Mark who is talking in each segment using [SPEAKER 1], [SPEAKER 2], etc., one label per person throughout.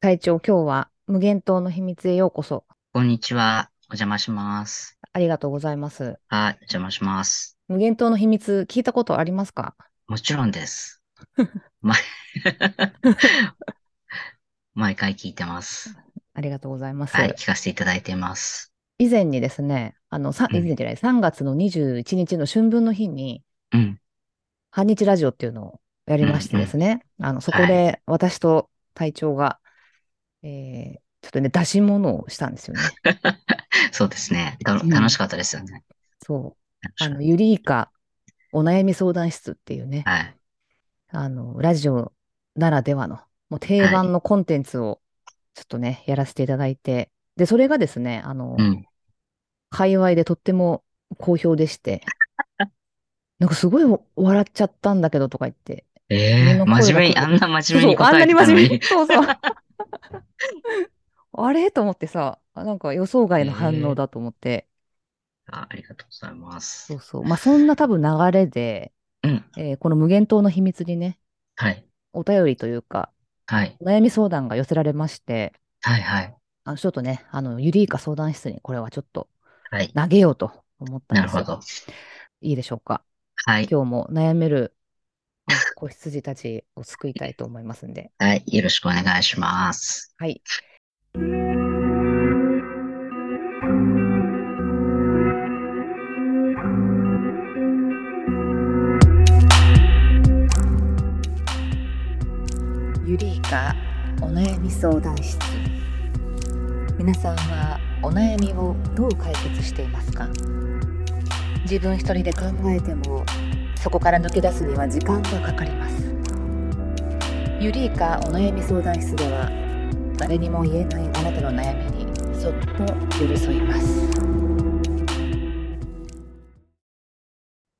[SPEAKER 1] 隊長、今日は無限島の秘密へようこそ。
[SPEAKER 2] こんにちは。お邪魔します。
[SPEAKER 1] ありがとうございます。
[SPEAKER 2] はい、お邪魔します。
[SPEAKER 1] 無限島の秘密、聞いたことありますか
[SPEAKER 2] もちろ んです。ま、 毎回聞いてます。
[SPEAKER 1] ありがとうございます。
[SPEAKER 2] はい、聞かせていただいています。
[SPEAKER 1] 以前にですね、あの、さ以
[SPEAKER 2] うん
[SPEAKER 1] 前じゃない、3月の21日の春分の日に、
[SPEAKER 2] うん、
[SPEAKER 1] 半日ラジオっていうのをやりましてですね、あの、そこで私と隊長が、えーちょっとね、出し物をしたんですよね。
[SPEAKER 2] そうですね。た
[SPEAKER 1] うん
[SPEAKER 2] 楽しかったですよね。
[SPEAKER 1] そう。
[SPEAKER 2] 楽
[SPEAKER 1] あ
[SPEAKER 2] しかっ
[SPEAKER 1] の、ゆりいかお悩み相談室っていうね、
[SPEAKER 2] たはい、
[SPEAKER 1] あの、ラジオならではの、もう定番のコンテンツを、ちょっとね、やらせていただいて、で、それがですね、あの
[SPEAKER 2] う、ん、
[SPEAKER 1] 界隈でとっても好評で して、なんかすごい笑っちゃったんだけどとか言って、
[SPEAKER 2] え
[SPEAKER 1] みん
[SPEAKER 2] え
[SPEAKER 1] な声が
[SPEAKER 2] 真面目に、
[SPEAKER 1] 来る
[SPEAKER 2] あんな真
[SPEAKER 1] そうそうあん
[SPEAKER 2] 面目に答
[SPEAKER 1] な
[SPEAKER 2] えて
[SPEAKER 1] に
[SPEAKER 2] た
[SPEAKER 1] 真
[SPEAKER 2] の
[SPEAKER 1] 面目
[SPEAKER 2] に
[SPEAKER 1] に、。そうそう。 あれと思ってさ、あなんか予想外の反応だと思って、
[SPEAKER 2] あありがとうございます。
[SPEAKER 1] そうそう。まあ、そんな多分流れで、
[SPEAKER 2] うん、
[SPEAKER 1] えーこの無限島の秘密にね、
[SPEAKER 2] はい、
[SPEAKER 1] お便りというか、
[SPEAKER 2] はい、
[SPEAKER 1] お悩み相談が寄せられまして、
[SPEAKER 2] はい、はい、
[SPEAKER 1] あの、ちょっとね、あの、ゆりいか相談室にこれはちょっと
[SPEAKER 2] はい。
[SPEAKER 1] 投げようと思ったん
[SPEAKER 2] な
[SPEAKER 1] で
[SPEAKER 2] る
[SPEAKER 1] すよ。
[SPEAKER 2] ほど。
[SPEAKER 1] いいでしょうか。
[SPEAKER 2] はい、
[SPEAKER 1] 今日も悩める、ね子羊たちを救いたいと思いますんで。
[SPEAKER 2] はい、よろしくお願いします。
[SPEAKER 1] はい。ゆりいかお悩み相談室皆さんはお悩みをどう解決していますか自分一人で考えてもそこから抜け出すには時間がかかりますゆりいかお悩み相談室では誰にも言えないあなたの悩みにそっと寄り添います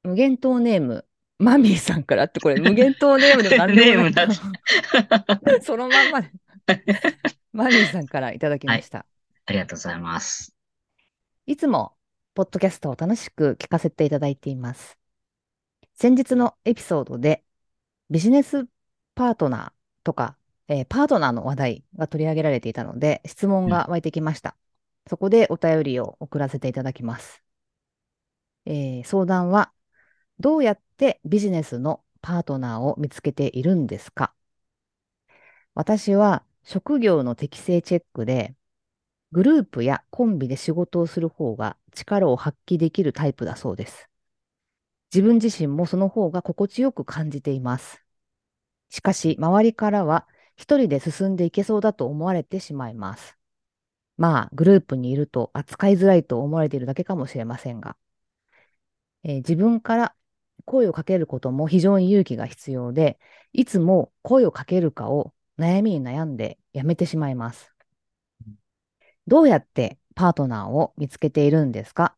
[SPEAKER 1] 無限島ネームマミーさんからってこれ無限島ネームでも何でもない
[SPEAKER 2] ネームだ
[SPEAKER 1] そのまんまでマミーさんからいただきました、
[SPEAKER 2] ありがとうございます。
[SPEAKER 1] い、つもポッドキャストを楽しく聞かせていただいています先日のエピソードでビジネスパートナーとか、えーパートナーの話題が取り上げられていたので質問が湧いてきました、そこでお便りを送らせていただきます、えー相談はどうやってビジネスのパートナーを見つけているんですか私は職業の適性チェックで、グループやコンビで仕事をする方が力を発揮できるタイプだそうです。自分自身もその方が心地よく感じています。しかし、周りからは一人で進んでいけそうだと思われてしまいます。まあ、グループにいると扱いづらいと思われているだけかもしれませんが、えー自分から声をかけることも非常に勇気が必要で、いつも声をかけるかを悩みに悩んでやめてしまいます。どうやってパートナーを見つけているんですか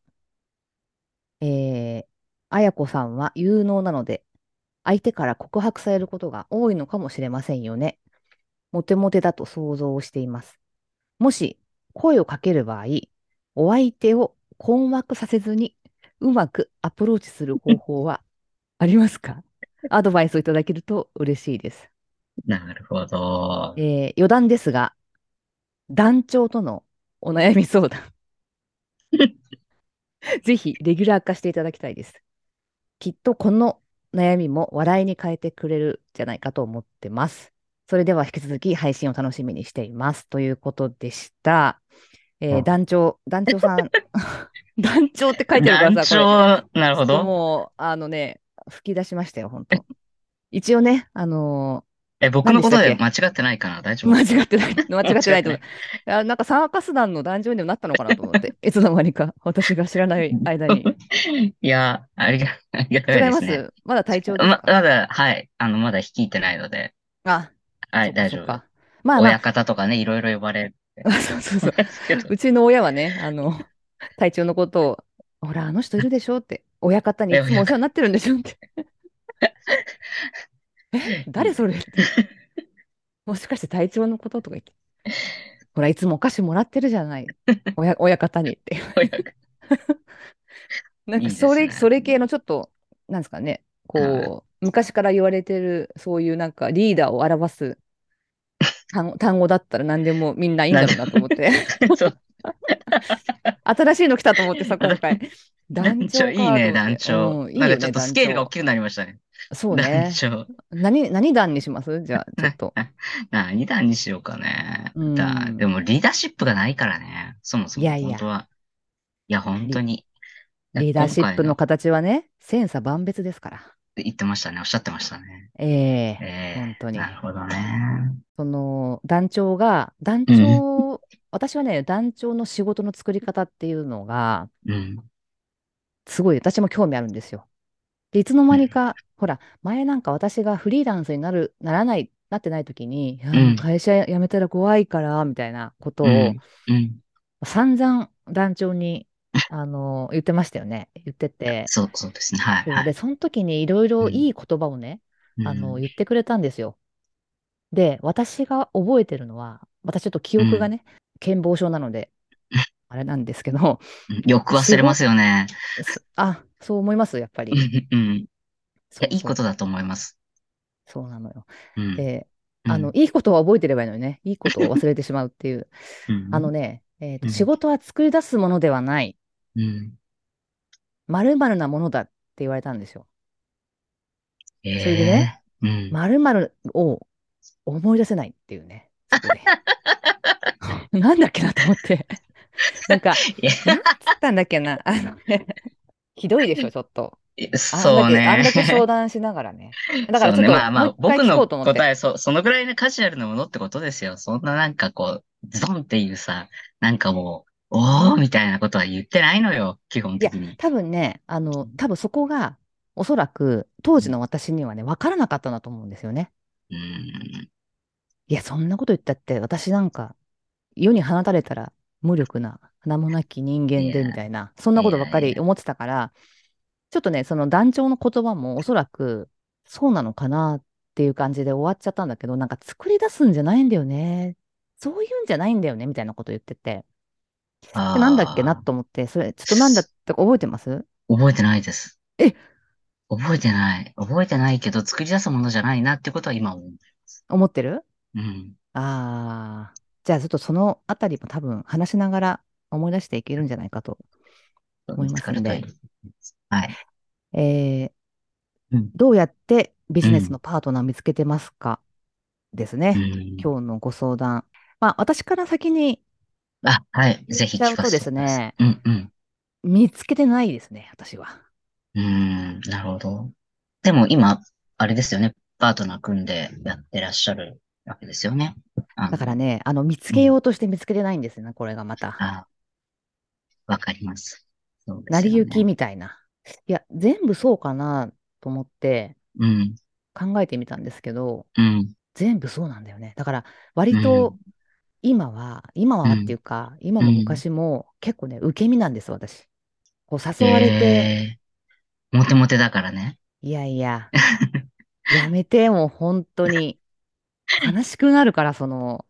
[SPEAKER 1] えー、あやこさんは有能なので、相手から告白されることが多いのかもしれませんよね。モテモテだと想像をしています。もし声をかける場合、お相手を困惑させずにうまくアプローチする方法はありますかアドバイスをいただけると嬉しいです。
[SPEAKER 2] なるほど。
[SPEAKER 1] えー余談ですが、団長とのお悩み相 談。ぜひ、レギュラー化していただきたいです。きっと、この悩みも笑いに変えてくれるんじゃないかと思ってます。それでは、引き続き配信を楽しみにしています。ということでした。えー
[SPEAKER 2] うん
[SPEAKER 1] 団長、団長さ ん、団長って書いてあるからさ、これ。
[SPEAKER 2] 団長なるほ
[SPEAKER 1] ちょっと
[SPEAKER 2] ど。
[SPEAKER 1] もう、あのね、吹き出しましたよ、本当一応ね、あのー
[SPEAKER 2] え、僕のこと
[SPEAKER 1] 何で
[SPEAKER 2] で
[SPEAKER 1] した
[SPEAKER 2] 間違ってないかな大丈夫
[SPEAKER 1] 間違って ない、間違ってないと思
[SPEAKER 2] 間違ってな
[SPEAKER 1] う
[SPEAKER 2] い。
[SPEAKER 1] いやなんかサーカス団の団長にでもなったのかなと思 って、いつの間にか私が知らない間に。
[SPEAKER 2] いや、ありが、 ありが
[SPEAKER 1] 違
[SPEAKER 2] たい
[SPEAKER 1] い
[SPEAKER 2] で
[SPEAKER 1] ますす、
[SPEAKER 2] ね。
[SPEAKER 1] まだ体調です
[SPEAKER 2] ま、
[SPEAKER 1] か、
[SPEAKER 2] まだ、はい。あの、まだ引いてないので。
[SPEAKER 1] あ、
[SPEAKER 2] は
[SPEAKER 1] そっ
[SPEAKER 2] い、
[SPEAKER 1] か
[SPEAKER 2] 大
[SPEAKER 1] そ
[SPEAKER 2] 丈
[SPEAKER 1] っ
[SPEAKER 2] 夫。
[SPEAKER 1] か。まあま
[SPEAKER 2] 親方とかね、いろいろ呼ばれる
[SPEAKER 1] あ、 そうそうそう。
[SPEAKER 2] んですけど
[SPEAKER 1] うちの親はね、あの、体調のことを、ほら、あの人いるでしょって、親方にいつもお世話になってるんでしょ って。え、誰それって。もしかして体調のこととか言って。ほら、いつもお菓子もらってるじゃない。親親方にって。
[SPEAKER 2] 親方
[SPEAKER 1] なんか
[SPEAKER 2] いいです
[SPEAKER 1] それ、
[SPEAKER 2] ね
[SPEAKER 1] それ系のちょっと、なんですかね、こう、昔から言われてる、そういうなんかリーダーを表す単語、単語だったら何でもみんないいんだろうなと思って。
[SPEAKER 2] そう。
[SPEAKER 1] 新しいの来たと思ってさ、今回。
[SPEAKER 2] 団
[SPEAKER 1] 団長
[SPEAKER 2] 長、
[SPEAKER 1] か
[SPEAKER 2] いいね、
[SPEAKER 1] と思って
[SPEAKER 2] 団長。
[SPEAKER 1] うん、いい
[SPEAKER 2] なん
[SPEAKER 1] よ
[SPEAKER 2] かちょ
[SPEAKER 1] ね、
[SPEAKER 2] っと
[SPEAKER 1] 団
[SPEAKER 2] スケールが大
[SPEAKER 1] 長。
[SPEAKER 2] きくなりましたね。
[SPEAKER 1] そう
[SPEAKER 2] 団
[SPEAKER 1] ね。
[SPEAKER 2] 長。
[SPEAKER 1] 何、何団にしますじゃあ、ちょっと。
[SPEAKER 2] 何段にしようかね。
[SPEAKER 1] う
[SPEAKER 2] だ、で
[SPEAKER 1] ん。
[SPEAKER 2] もリーダーシップがないからね。そもそ
[SPEAKER 1] い
[SPEAKER 2] も、
[SPEAKER 1] やい
[SPEAKER 2] 本当
[SPEAKER 1] や、
[SPEAKER 2] は。いや、本当
[SPEAKER 1] リ、
[SPEAKER 2] に。だ
[SPEAKER 1] リーダー
[SPEAKER 2] 今
[SPEAKER 1] シッ
[SPEAKER 2] 回
[SPEAKER 1] プの
[SPEAKER 2] の、
[SPEAKER 1] 形はね、千差万別ですから。
[SPEAKER 2] 言ってましたね。おっしゃってましたね。
[SPEAKER 1] え
[SPEAKER 2] え
[SPEAKER 1] え、
[SPEAKER 2] え、
[SPEAKER 1] 本当
[SPEAKER 2] な
[SPEAKER 1] に。
[SPEAKER 2] るほどね。
[SPEAKER 1] その、団長が、団
[SPEAKER 2] うん、
[SPEAKER 1] 長、私はね、団長の仕事の作り方っていうのが、
[SPEAKER 2] うん、
[SPEAKER 1] すごい私も興味あるんですよ。で、いつの
[SPEAKER 2] う
[SPEAKER 1] 間に
[SPEAKER 2] ん、
[SPEAKER 1] か、ほら、前なんか私がフリーランスになる、ならない、なってない時に、いや、
[SPEAKER 2] う、
[SPEAKER 1] もうん会社辞めたら怖いから、みたいなこと
[SPEAKER 2] う
[SPEAKER 1] を、
[SPEAKER 2] ん、うん。
[SPEAKER 1] 散々団長 に、あの、言ってましたよね。言ってて。
[SPEAKER 2] そう、そうですね。はい、
[SPEAKER 1] そう。
[SPEAKER 2] は
[SPEAKER 1] で、
[SPEAKER 2] い。
[SPEAKER 1] その時にいろいうろ
[SPEAKER 2] ん、
[SPEAKER 1] いい言葉をね、
[SPEAKER 2] う
[SPEAKER 1] あの、
[SPEAKER 2] ん、
[SPEAKER 1] 言ってくれたんですよ。で、私が覚えてるのは、私ちょっと記
[SPEAKER 2] う
[SPEAKER 1] 憶が
[SPEAKER 2] ん。
[SPEAKER 1] ね、健忘症なの で、あれなんですけど、
[SPEAKER 2] よく忘
[SPEAKER 1] 仕
[SPEAKER 2] れます
[SPEAKER 1] 事、
[SPEAKER 2] よね。
[SPEAKER 1] すあ、そう思いますやっぱ
[SPEAKER 2] う
[SPEAKER 1] り。
[SPEAKER 2] ん、うん。いや、
[SPEAKER 1] そう
[SPEAKER 2] いいこ
[SPEAKER 1] そ
[SPEAKER 2] とだと思います。
[SPEAKER 1] う。そうなのよ。
[SPEAKER 2] うん、
[SPEAKER 1] で、
[SPEAKER 2] う
[SPEAKER 1] あの、
[SPEAKER 2] ん、
[SPEAKER 1] いいことは覚えてればいいのにね、いいことを忘れてしまうっていう。
[SPEAKER 2] う
[SPEAKER 1] あの
[SPEAKER 2] ん、
[SPEAKER 1] ね、えっ
[SPEAKER 2] う
[SPEAKER 1] と、仕
[SPEAKER 2] ん、
[SPEAKER 1] 事は作り出すものではない、
[SPEAKER 2] うん。
[SPEAKER 1] 〇〇なものだって言われたんですよ。
[SPEAKER 2] え
[SPEAKER 1] それでね、
[SPEAKER 2] え、うん。
[SPEAKER 1] 〇〇を思い出せないっていうね、すごい。 なんだっけなと思って。なんか、
[SPEAKER 2] いや
[SPEAKER 1] なんつったんだっけな。あのね、ひどいでしょ、ちょっと。あんだ
[SPEAKER 2] そう
[SPEAKER 1] け、あんだけ
[SPEAKER 2] ね。
[SPEAKER 1] 相談しながらね。だから
[SPEAKER 2] そう
[SPEAKER 1] ちょっ
[SPEAKER 2] ね。ま
[SPEAKER 1] と
[SPEAKER 2] あま
[SPEAKER 1] もう
[SPEAKER 2] あ、
[SPEAKER 1] 一回
[SPEAKER 2] 僕
[SPEAKER 1] 聞こ
[SPEAKER 2] の
[SPEAKER 1] うと思っ
[SPEAKER 2] 答
[SPEAKER 1] て。
[SPEAKER 2] え、そ、そのぐらいのカジュアルなものってことですよ。そんななんかこう、ズドンっていうさ、なんかもう、おーみたいなことは言ってないのよ。基本
[SPEAKER 1] いや、
[SPEAKER 2] 的に。
[SPEAKER 1] 多分ね、あの、多分そこが、おそらく、当
[SPEAKER 2] う
[SPEAKER 1] 時
[SPEAKER 2] ん。
[SPEAKER 1] の私にはね、わからなかったんだと思うんですよね。
[SPEAKER 2] うん。
[SPEAKER 1] いや、そんなこと言ったって、私なんか、世に放たれたら、無力な、名もなき人
[SPEAKER 2] い
[SPEAKER 1] 間
[SPEAKER 2] や、
[SPEAKER 1] で、みたいな、そんないことばっ
[SPEAKER 2] や、
[SPEAKER 1] か
[SPEAKER 2] い
[SPEAKER 1] り
[SPEAKER 2] や。
[SPEAKER 1] 思ってたから、ちょっとね、その団長の言葉もおそらくそうなのかなっていう感じで終わっちゃったんだけど、なんか作り出すんじゃないんだよね。そういうんじゃないんだよね、みたいなこと言ってて。で、なんだっけな
[SPEAKER 2] あ
[SPEAKER 1] と思って、それ、ちょっとなんだっ
[SPEAKER 2] ー、
[SPEAKER 1] て覚えてます
[SPEAKER 2] 覚えてないです。
[SPEAKER 1] え、
[SPEAKER 2] 覚えてない。覚えてないけど、作り出すものじゃないなってことは今思う。
[SPEAKER 1] 思ってる
[SPEAKER 2] うん。
[SPEAKER 1] ああー、じゃあちょっとそのあたりも多分話しながら思い出していけるんじゃないかと思
[SPEAKER 2] 見
[SPEAKER 1] いま
[SPEAKER 2] つか
[SPEAKER 1] す
[SPEAKER 2] る
[SPEAKER 1] ん
[SPEAKER 2] といい
[SPEAKER 1] で、
[SPEAKER 2] です。はい。
[SPEAKER 1] えー、
[SPEAKER 2] うん。
[SPEAKER 1] どうやってビ
[SPEAKER 2] う
[SPEAKER 1] ジネス
[SPEAKER 2] ん。
[SPEAKER 1] のパートナーを見つけてますかです
[SPEAKER 2] う
[SPEAKER 1] ね。
[SPEAKER 2] ん。
[SPEAKER 1] 今日のご相談。まあ、私から先に
[SPEAKER 2] あ、はい。
[SPEAKER 1] 言っ
[SPEAKER 2] ぜひ
[SPEAKER 1] ちゃ
[SPEAKER 2] 聞
[SPEAKER 1] う
[SPEAKER 2] か
[SPEAKER 1] とで
[SPEAKER 2] せて
[SPEAKER 1] す
[SPEAKER 2] ください。
[SPEAKER 1] ね、
[SPEAKER 2] うん、うん。
[SPEAKER 1] 見つけてないですね、私は。
[SPEAKER 2] うーん、なるほど。でも今、あれですよね。パートナー組んでやってらっしゃるわけですよね。あ
[SPEAKER 1] だから
[SPEAKER 2] の、
[SPEAKER 1] ね、あの、見つ
[SPEAKER 2] う
[SPEAKER 1] けよ
[SPEAKER 2] ん。
[SPEAKER 1] うとして見つけてないんですよね、これがまた。
[SPEAKER 2] あ、わかります。そうで
[SPEAKER 1] 成
[SPEAKER 2] す
[SPEAKER 1] り
[SPEAKER 2] よ
[SPEAKER 1] 行き
[SPEAKER 2] ね。
[SPEAKER 1] みたいな。いや、全部そうかなと思って
[SPEAKER 2] うん、
[SPEAKER 1] 考えてみたんですけど、
[SPEAKER 2] うん、
[SPEAKER 1] 全部そうなんだよね。だから、
[SPEAKER 2] う
[SPEAKER 1] 割と
[SPEAKER 2] ん、
[SPEAKER 1] 今は、今
[SPEAKER 2] う
[SPEAKER 1] はってい
[SPEAKER 2] ん、
[SPEAKER 1] うか、今
[SPEAKER 2] う
[SPEAKER 1] も
[SPEAKER 2] ん。
[SPEAKER 1] 昔も結構ね、受け身なんです、私。こう誘われて、
[SPEAKER 2] えー、モテモテだからね。
[SPEAKER 1] いやい や、やめて、もう本当に。悲しくなるから、その、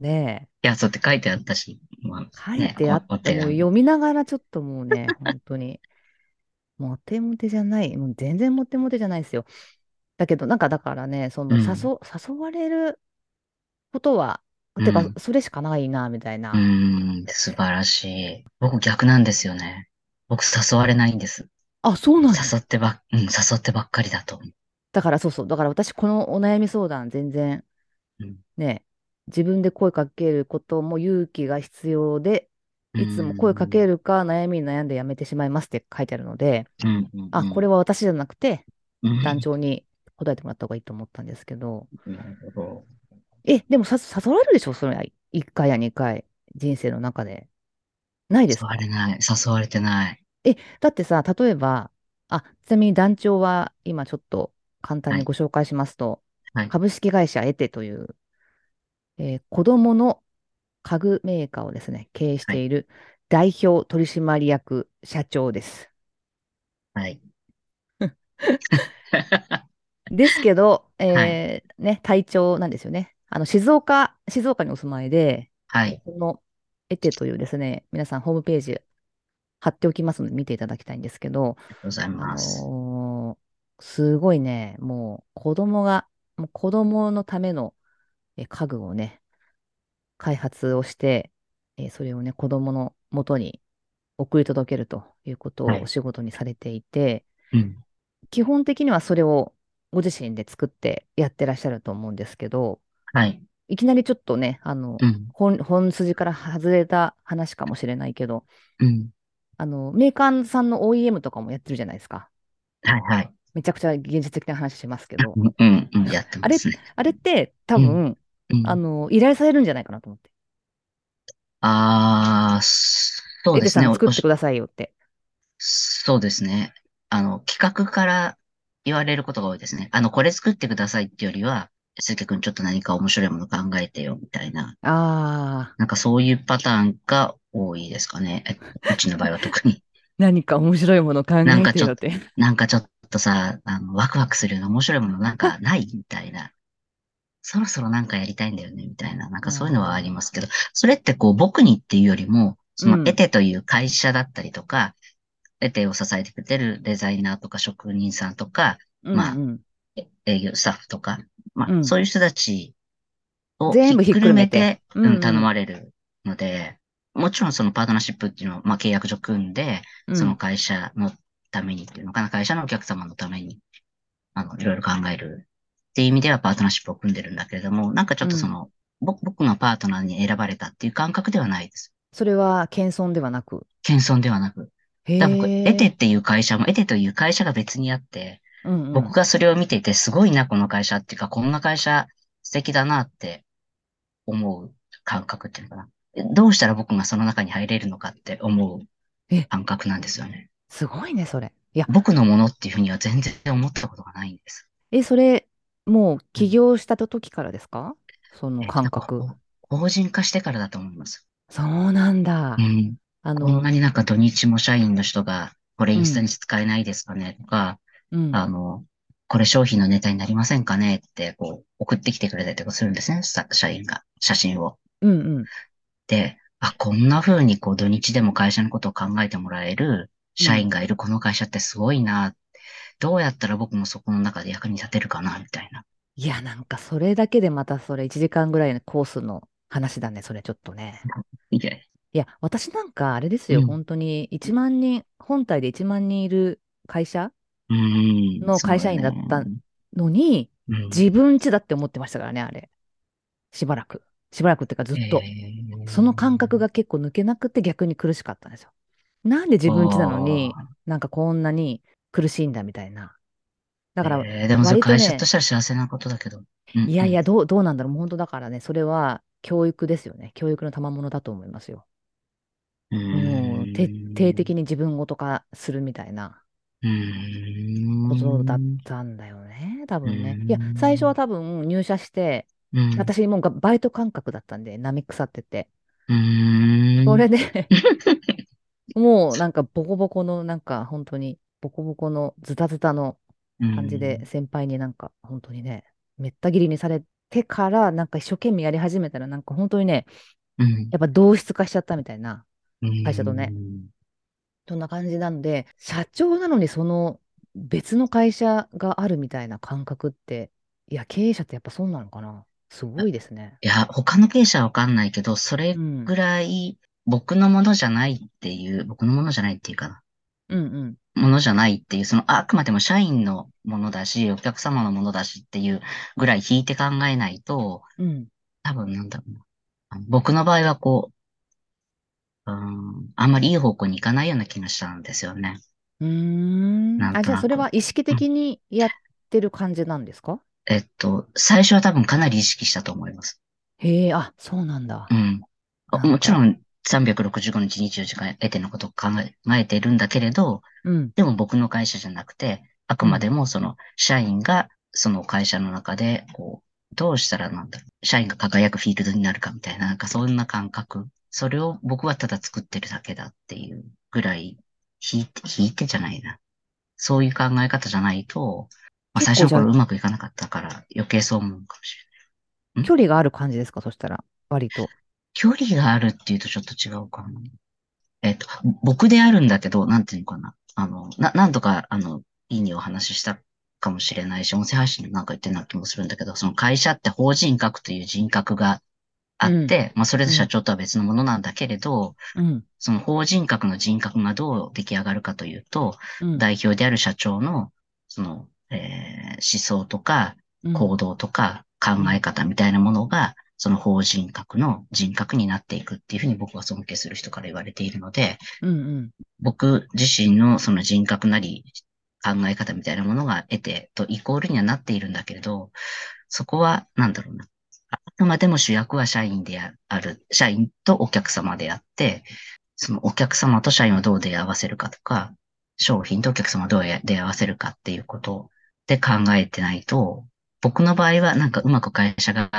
[SPEAKER 1] ねえ。
[SPEAKER 2] いや、そうって書いてあったし、まあ
[SPEAKER 1] 書い
[SPEAKER 2] ね、
[SPEAKER 1] てあ
[SPEAKER 2] お、
[SPEAKER 1] っ
[SPEAKER 2] お
[SPEAKER 1] て
[SPEAKER 2] 手
[SPEAKER 1] もう
[SPEAKER 2] 紙。
[SPEAKER 1] 読みながらちょっともうね、本当に、モテモテじゃない。もう全然モテモテじゃないですよ。だけど、なんかだからね、そうの
[SPEAKER 2] ん、
[SPEAKER 1] 誘、誘われることは、
[SPEAKER 2] う
[SPEAKER 1] てか、
[SPEAKER 2] ん、
[SPEAKER 1] それしかないな、みたいうな。
[SPEAKER 2] ーん、素晴らしい。僕逆なんですよね。僕誘われないんです。
[SPEAKER 1] あ、そうなん
[SPEAKER 2] 誘
[SPEAKER 1] だ。
[SPEAKER 2] ってばっ、うん、誘ってばっかりだと思う。
[SPEAKER 1] だからそうそう。だから私、このお悩み相談、全然、
[SPEAKER 2] うん
[SPEAKER 1] ね、自分で声かけることも勇気が必要で、
[SPEAKER 2] うー
[SPEAKER 1] いつも声かけ
[SPEAKER 2] ん、
[SPEAKER 1] るか悩みに悩んでやめてしまいますって書いてあるので、
[SPEAKER 2] うん、うん、
[SPEAKER 1] あ、
[SPEAKER 2] う
[SPEAKER 1] これ
[SPEAKER 2] ん。
[SPEAKER 1] は私じゃなくて、
[SPEAKER 2] うん
[SPEAKER 1] 団長に答えてもらった方がいいと思ったんですけど、
[SPEAKER 2] なるほど。
[SPEAKER 1] え、でもさ、誘われるでしょそれは1回や2回、人生の中で。ないです
[SPEAKER 2] 誘わ
[SPEAKER 1] か
[SPEAKER 2] れない。誘われてない。
[SPEAKER 1] え、だってさ、例えば、あ、ちなみに団長は今ちょっと簡単
[SPEAKER 2] は
[SPEAKER 1] に
[SPEAKER 2] い。
[SPEAKER 1] ご紹介しますと、
[SPEAKER 2] はい。
[SPEAKER 1] 株式会社エテという、えー子供の家具メーカーをですね、経営し
[SPEAKER 2] は
[SPEAKER 1] て
[SPEAKER 2] い。
[SPEAKER 1] いる代表取締役社長です。
[SPEAKER 2] はい。
[SPEAKER 1] ですけど、
[SPEAKER 2] はい。
[SPEAKER 1] えーね、体調なんですよね。あの、静岡、静岡にお住まいで、
[SPEAKER 2] は
[SPEAKER 1] えー
[SPEAKER 2] い。
[SPEAKER 1] このエテというですね、皆さんホームページ貼っておきますので見ていただきたいんですけど、
[SPEAKER 2] ありがとうござい
[SPEAKER 1] あ
[SPEAKER 2] ます。
[SPEAKER 1] のーすごいね、もう子供が、もう子供のためのえー家具をね、開発をして、えーそれをね、子供の元に送り届けるということ
[SPEAKER 2] は
[SPEAKER 1] を
[SPEAKER 2] い
[SPEAKER 1] お仕事にされていて、
[SPEAKER 2] うん。
[SPEAKER 1] 基本的にはそれをご自身で作ってやってらっしゃると思うんですけど、
[SPEAKER 2] はい。
[SPEAKER 1] いきなりちょっとね、あの、
[SPEAKER 2] うん。
[SPEAKER 1] 本、本筋から外れた話かもしれないけど、
[SPEAKER 2] うん。
[SPEAKER 1] あの、メーカーさんの OEM とかもやってるじゃないですか。
[SPEAKER 2] はいはい。
[SPEAKER 1] めちゃくちゃ現実的な話しますけど、
[SPEAKER 2] うんうんうん。やってますね。
[SPEAKER 1] あれって多分、
[SPEAKER 2] うん
[SPEAKER 1] あの、依頼されるんじゃないかなと思って。
[SPEAKER 2] ああ、そう
[SPEAKER 1] エ
[SPEAKER 2] で
[SPEAKER 1] デ
[SPEAKER 2] す
[SPEAKER 1] さ
[SPEAKER 2] ね。
[SPEAKER 1] ん
[SPEAKER 2] お
[SPEAKER 1] 作
[SPEAKER 2] お
[SPEAKER 1] って
[SPEAKER 2] し
[SPEAKER 1] くださいよって。
[SPEAKER 2] そうですね。あの、企画から言われることが多いですね。あの、これ作ってくださいってよりは、すけくんちょっと何か面白いもの考えてよ、みたいな。
[SPEAKER 1] ああ、
[SPEAKER 2] なんかそういうパターンが多いですかね。えうちの場合は特に。
[SPEAKER 1] 何か面白いもの考
[SPEAKER 2] なん
[SPEAKER 1] え
[SPEAKER 2] か
[SPEAKER 1] て
[SPEAKER 2] ちょっ
[SPEAKER 1] よ
[SPEAKER 2] と
[SPEAKER 1] って。
[SPEAKER 2] なんかちょっとさ、あの、ワクワクするような面白いものなん かないみたいな。そろそろなんかやりたいんだよねみたいな。なんかそういうのはありますけど、それってこう僕にっていうよりも、そうの
[SPEAKER 1] ん
[SPEAKER 2] エテという会社だったりとか、エテを支えてくれてるデザイナーとか職人さんとか、まあ
[SPEAKER 1] うんうん
[SPEAKER 2] え営業スタッフとか、ま
[SPEAKER 1] う
[SPEAKER 2] あ
[SPEAKER 1] ん
[SPEAKER 2] そういう人たちを
[SPEAKER 1] 全部ひっくるめて
[SPEAKER 2] ひっくるめ
[SPEAKER 1] うん
[SPEAKER 2] て
[SPEAKER 1] うん
[SPEAKER 2] 頼まれるので、もちろんそのパートナーシップっていうのは、まあ契約書組んで、
[SPEAKER 1] うん
[SPEAKER 2] その会社のためにっていうのかな、会社のお客様のために、あの、いろいろ考えるっていう意味ではパートナーシップを組んでるんだけれども、なんかちょっとその、ぼ僕のパートナーに選ばれたっていう感覚ではないです。
[SPEAKER 1] それは謙遜ではなく。
[SPEAKER 2] 謙遜ではなく。
[SPEAKER 1] へ
[SPEAKER 2] だから僕、
[SPEAKER 1] え。
[SPEAKER 2] エテっていう会社も、エテという会社が別にあって、
[SPEAKER 1] うんうん
[SPEAKER 2] 僕がそれを見ていて、すごいな、この会社っていうか、こんな会社素敵だなって思う感覚っていうのかな。どうしたら僕がその中に入れるのかって思う
[SPEAKER 1] え
[SPEAKER 2] 感覚なんですよね。
[SPEAKER 1] すごいね、それ。いや、
[SPEAKER 2] 僕のものっていうふうには全然思ったことがないんです。
[SPEAKER 1] え、それ、もう起業した時からですかその感
[SPEAKER 2] え
[SPEAKER 1] 覚
[SPEAKER 2] っ。と。法人化してからだと思います。
[SPEAKER 1] そうなんだ
[SPEAKER 2] う。ん。
[SPEAKER 1] あ
[SPEAKER 2] こん
[SPEAKER 1] の
[SPEAKER 2] な、になんか土日も社員の人が、これインスタに使えないですかねとか、
[SPEAKER 1] うん。
[SPEAKER 2] あの、これ商品のネタになりませんかねって、こう、送ってきてくれたりとかするんですね、さ社員が、写真を。
[SPEAKER 1] うんうん。
[SPEAKER 2] で、あ、こんな風にこう土日でも会社のことを考えてもらえる社員がいるこの会社ってすごいな。どうやったら僕もそこの中で役に立てるかな、みたいな。
[SPEAKER 1] いや、なんかそれだけでまたそれ1時間ぐらいのコースの話だね、それちょっとね。
[SPEAKER 2] いや、
[SPEAKER 1] いや、私なんかあれですよ、
[SPEAKER 2] うん
[SPEAKER 1] 本当に1万人、本体で1万人いる会社
[SPEAKER 2] うーん。
[SPEAKER 1] の会社員だったのに、
[SPEAKER 2] そうねうん
[SPEAKER 1] 自分家だって思ってましたからね、あれ。しばらく。しばらくっていうかずっと。
[SPEAKER 2] えー
[SPEAKER 1] その感覚が結構抜けなくて逆に苦しかったんですよ。なんで自分家なのに、なんかこんなに苦しいんだみたいな。だから、
[SPEAKER 2] えーでもそれ
[SPEAKER 1] 割とね
[SPEAKER 2] 会社としては幸せなことだけど。うん
[SPEAKER 1] いやいや、、どう、どうなんだろう。もう本当だからね、それは教育ですよね。教育の賜物だと思いますよ。も
[SPEAKER 2] も
[SPEAKER 1] う徹底的に自分ごと化するみたいなことだったんだよね、多分ね。いや
[SPEAKER 2] う、ん
[SPEAKER 1] 最初は多分入社して、
[SPEAKER 2] うん、
[SPEAKER 1] 私もうがバイト感覚だったんで、なめ腐ってて。
[SPEAKER 2] うーん、
[SPEAKER 1] それ でもうなんかボコボコの、なんか本当にボコボコのズタズタの感じで先輩になんか本当にね、めった切りにされてからなんか一生懸命やり始めたらなんか本当にね、
[SPEAKER 2] うん、
[SPEAKER 1] やっぱ同質化しちゃったみたいな、
[SPEAKER 2] うん
[SPEAKER 1] 会社とね。そんな感じなんで、社長なのにその別の会社があるみたいな感覚って、いや、経営者ってやっぱそうなのかな。すごいですね。
[SPEAKER 2] いや、他の経営者はわかんないけど、それ
[SPEAKER 1] うん。う
[SPEAKER 2] ぐ
[SPEAKER 1] ん
[SPEAKER 2] らい僕のものじゃないっていう、僕のものじゃないっていうかな。
[SPEAKER 1] うん。
[SPEAKER 2] ものじゃないっていう、そのああくまでも社員のものだし、お客様のものだしっていうぐらい引いて考えないと、
[SPEAKER 1] うん。
[SPEAKER 2] 多分なんだろうな。あの僕の場合はこう、うーん、あんまりいい方向に行かないような気がしたんですよね。
[SPEAKER 1] うーん。
[SPEAKER 2] なんとな
[SPEAKER 1] あ、
[SPEAKER 2] く
[SPEAKER 1] じゃあそれは意識的にやってる感じなんですか
[SPEAKER 2] えっと、最初は多分かなり意識したと思います。
[SPEAKER 1] へえ、あ、そうなんだ
[SPEAKER 2] う。ん。あ
[SPEAKER 1] なんか
[SPEAKER 2] もちろん365日24時間得てのことを考え考えてるんだけれど、
[SPEAKER 1] うん。
[SPEAKER 2] でも僕の会社じゃなくて、あくまでもその社員がその会社の中で、こう、どうしたらなんだろう、社員が輝くフィールドになるかみたいな、なんかそんな感覚。それを僕はただ作ってるだけだっていうぐらい、引いて、引いてじゃないな。そういう考え方じゃないと、まあ、最初
[SPEAKER 1] 結
[SPEAKER 2] の
[SPEAKER 1] 構じゃあ
[SPEAKER 2] 頃うまくいかなかったから余計そう思うかもしれない。
[SPEAKER 1] 距離がある感じですかそしたら、割と。
[SPEAKER 2] 距離があるっていうとちょっと違うかな。えっと、僕であるんだけど、なんていうのかな。あの、な、なんとか、あの、いいにお話ししたかもしれないし、音声配信でなんか言ってるような気もするんだけど、その会社って法人格という人格があって、まあそれで社長とは別のものなんだけれど、
[SPEAKER 1] うん。
[SPEAKER 2] その法人格の人格がどう出来上がるかというと、
[SPEAKER 1] うん。
[SPEAKER 2] 代表である社長の、その、えー思想とか、
[SPEAKER 1] うん
[SPEAKER 2] 行動とか、考え方みたいなものが、その法人格の人格になっていくっていうふうに僕は尊敬する人から言われているので、
[SPEAKER 1] うん
[SPEAKER 2] 僕自身のその人格なり考え方みたいなものが得てとイコールにはなっているんだけれど、そこはなんだろうな。あくまでも主役は社員である、社員とお客様であって、そのお客様と社員をどう出会わせるかとか、商品とお客様をどう出会わせるかっていうことで考えてないと、僕の場合はなんかうまく会社が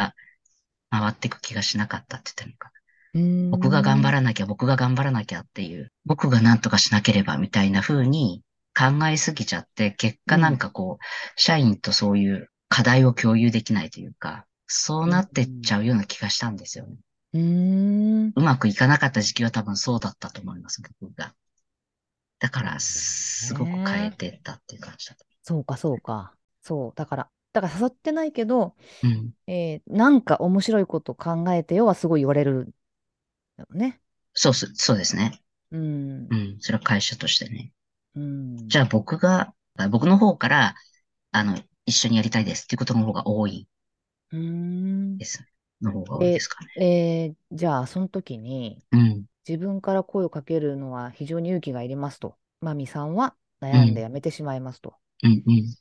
[SPEAKER 2] 回っていく気がしなかったって言ったのか。
[SPEAKER 1] うん。
[SPEAKER 2] 僕が頑張
[SPEAKER 1] る。
[SPEAKER 2] らなきゃ、僕が頑張らなきゃっていう、僕が何とかしなければみたいな風に考えすぎちゃって、結果なんかこう、社員とそういう課題を共有できないというか、そうなってっちゃうような気がしたんですよね。
[SPEAKER 1] うーん。
[SPEAKER 2] うまくいかなかった時期は多分そうだったと思います、僕が。だから、すごく変えてったっていう感じだと。
[SPEAKER 1] そうか、そうか。そう。だから、だから誘ってないけど、
[SPEAKER 2] うん。
[SPEAKER 1] えーなんか面白いこと考えてよはすごい言われるんだよね。
[SPEAKER 2] そうす、そうですね。
[SPEAKER 1] うん
[SPEAKER 2] う。ん。それは会社としてね。
[SPEAKER 1] うん。
[SPEAKER 2] じゃあ僕が、僕の方から、あの、一緒にやりたいですっていうことの方が多いう
[SPEAKER 1] ーん。
[SPEAKER 2] です。の方が多いですかね。
[SPEAKER 1] えーじゃあ、その時に、
[SPEAKER 2] うん。
[SPEAKER 1] 自分から声をかけるのは非常に勇気がいりますと。マミさんは悩んでやめてしまいますと。
[SPEAKER 2] うんうん。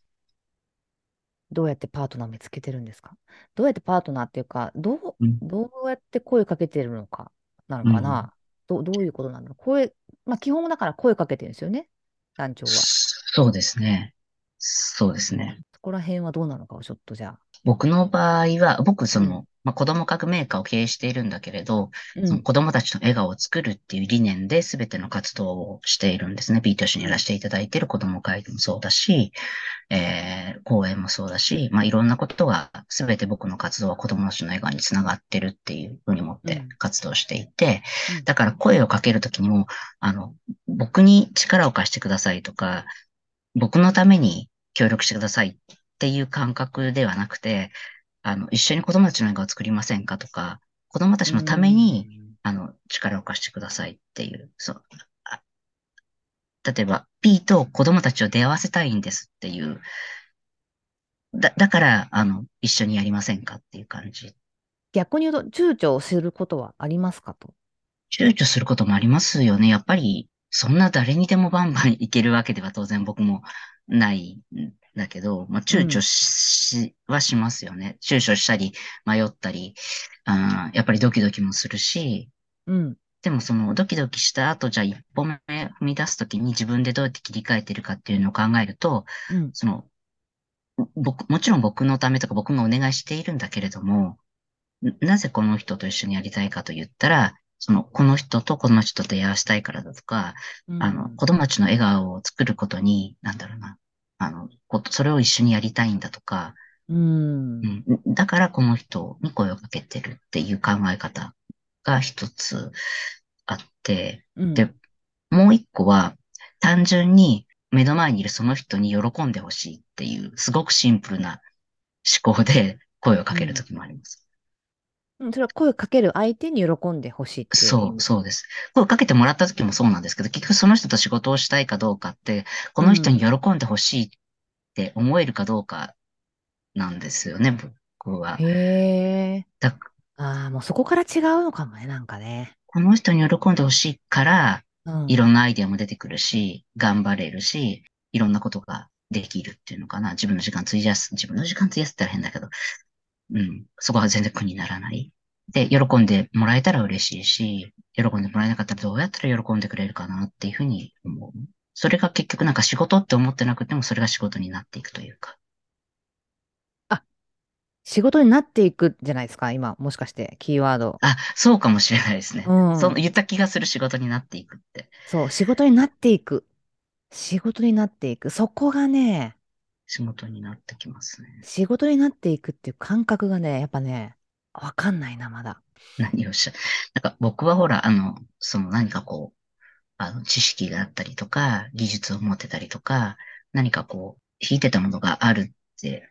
[SPEAKER 1] どうやってパートナー見つけてるんですかどうやってパートナーっていうか、どう、
[SPEAKER 2] うん
[SPEAKER 1] どうやって声かけてるのかなのかな、どどういうことなの声、まあ基本だから声かけてるんですよね、団長は。そ
[SPEAKER 2] そうですね。そうですね。
[SPEAKER 1] こら辺はどうなのかをちょっとじゃあ。
[SPEAKER 2] 僕の場合は、僕その、まあ、子供革命家を経営しているんだけれど、
[SPEAKER 1] う
[SPEAKER 2] その
[SPEAKER 1] ん。
[SPEAKER 2] 子供たちの笑顔を作るっていう理念で全ての活動をしているんですね。ビート氏にやらせていただいている子供会もそうだし、えー、講演もそうだし、まあ、いろんなことが全て僕の活動は子供たちの笑顔につながってるっていうふうに思って活動していて、
[SPEAKER 1] うん
[SPEAKER 2] だから声をかけるときにも、あの、僕に力を貸してくださいとか、僕のために協力してくださいっていう感覚ではなくて、あの、一緒に子供たちの映画を作りませんかとか、子供たちのために、あの、力を貸してくださいっていう、そう。あ例えば、P と子供たちを出会わせたいんですっていう、だ、だから、あの、一緒にやりませんかっていう感じ。
[SPEAKER 1] 逆に言うと、躊躇することはありますかと。
[SPEAKER 2] 躊躇することもありますよね。やっぱり、そんな誰にでもバンバンいけるわけでは当然僕もないんだけど、まあ、躊躇し、はしますよね。躊躇したり、迷ったり、あーやっぱりドキドキもするし、
[SPEAKER 1] うん。
[SPEAKER 2] でもそのドキドキした後、じゃあ一歩目踏み出すときに自分でどうやって切り替えてるかっていうのを考えると、
[SPEAKER 1] うん。
[SPEAKER 2] その、僕、もちろん僕のためとか僕がお願いしているんだけれども、ななぜこの人と一緒にやりたいかと言ったら、その、この人とこの人と出会わしたいからだとか、
[SPEAKER 1] うん
[SPEAKER 2] あの、子供たちの笑顔を作ることに、なんだろうな、あの、ことそれを一緒にやりたいんだとか、
[SPEAKER 1] うん。
[SPEAKER 2] うん、だからこの人に声をかけてるっていう考え方が一つあって、
[SPEAKER 1] うん
[SPEAKER 2] でもう一個は単純に目の前にいるその人に喜んでほしいっていうすごくシンプルな思考で声をかけるときもあります。
[SPEAKER 1] うんそれは声かける相手に喜んでほしいっていう。
[SPEAKER 2] そう、そうです。声をかけてもらったときもそうなんですけど、結局その人と仕事をしたいかどうかって、この人に喜んでほしいって思えるかどうかなんですよね、僕は。
[SPEAKER 1] へえ。
[SPEAKER 2] だ
[SPEAKER 1] ああ、もうそこから違うのかもね、なんかね。
[SPEAKER 2] この人に喜んでほしいから、
[SPEAKER 1] うん。
[SPEAKER 2] いろんなアイデアも出てくるし、頑張れるし、いろんなことができるっていうのかな。自分の時間費やす、自分の時間費やすって言ったら変だけど、うん、そこは全然苦にならない。で、喜んでもらえたら嬉しいし、喜んでもらえなかったらどうやったら喜んでくれるかなっていうふうに思う。それが結局なんか仕事って思ってなくてもそれが仕事になっていくというか。
[SPEAKER 1] 仕事になっていくじゃないですか、今、もしかして、キーワード。
[SPEAKER 2] あ、そうかもしれないですね。
[SPEAKER 1] うん
[SPEAKER 2] その言った気がする仕事になっていくって。
[SPEAKER 1] そう、仕事になっていく。仕事になっていく。そこがね、
[SPEAKER 2] 仕事になってきますね。
[SPEAKER 1] 仕事になっていくっていう感覚がね、やっぱね、わかんないな、まだ。
[SPEAKER 2] 何をおっしゃ、なんか僕はほら、あの、その何かこう、あの、知識があったりとか、技術を持ってたりとか、何かこう、引いてたものがあるって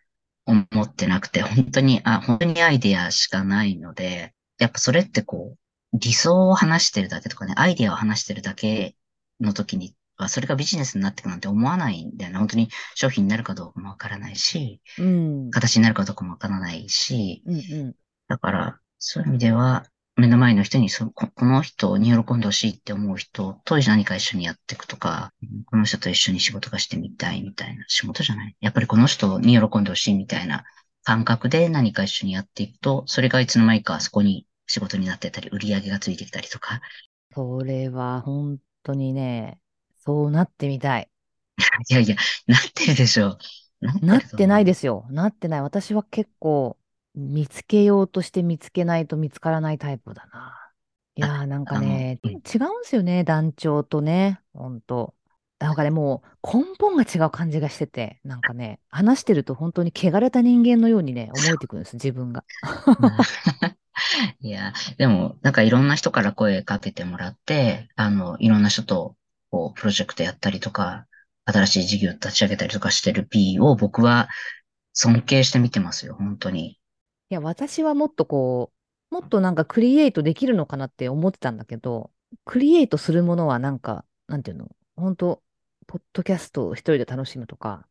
[SPEAKER 2] 思ってなくて、本当に、あ、本当にアイデアしかないので、やっぱそれってこう、理想を話してるだけとかね、アイデアを話してるだけの時には、それがビジネスになっていくなんて思わないんだよね。本当に商品になるかどうかもわからないし、
[SPEAKER 1] うん。
[SPEAKER 2] 形になるかどうかもわからないし、
[SPEAKER 1] うんうん。
[SPEAKER 2] だから、そういう意味では、目の前の人にそ、ここの人に喜んでほしいって思う人と何か一緒にやっていくとか、うんこの人と一緒に仕事がしてみたいみたいな仕事じゃない。やっぱりこの人に喜んでほしいみたいな感覚で何か一緒にやっていくと、それがいつの間にかそこに仕事になってたり、売り上げがついてきたりとか。
[SPEAKER 1] それは本当にね、そうなってみたい。
[SPEAKER 2] いやいや、なってるでしょう。なってる。
[SPEAKER 1] なってないですすよ。なってない。私は結構見つけようとして見つけないと見つからないタイプだな。いやーなんか
[SPEAKER 2] あの
[SPEAKER 1] ね、
[SPEAKER 2] うん
[SPEAKER 1] 違うんですよね、団長とね、ほんと。なんかね、もう根本が違う感じがしてて、なんかね、話してると本当に汚れた人間のようにね、思えてくるんです、自分が。
[SPEAKER 2] いや、でも、なんかいろんな人から声かけてもらって、あの、いろんな人と、こう、プロジェクトやったりとか、新しい事業立ち上げたりとかしてる P を僕は尊敬して見てますよ、本当に。
[SPEAKER 1] いや、私はもっとこう、もっとなんかクリエイトできるのかなって思ってたんだけど、クリエイトするものはなんか、なんていうの、本当ポッドキャストを一人で楽しむとか、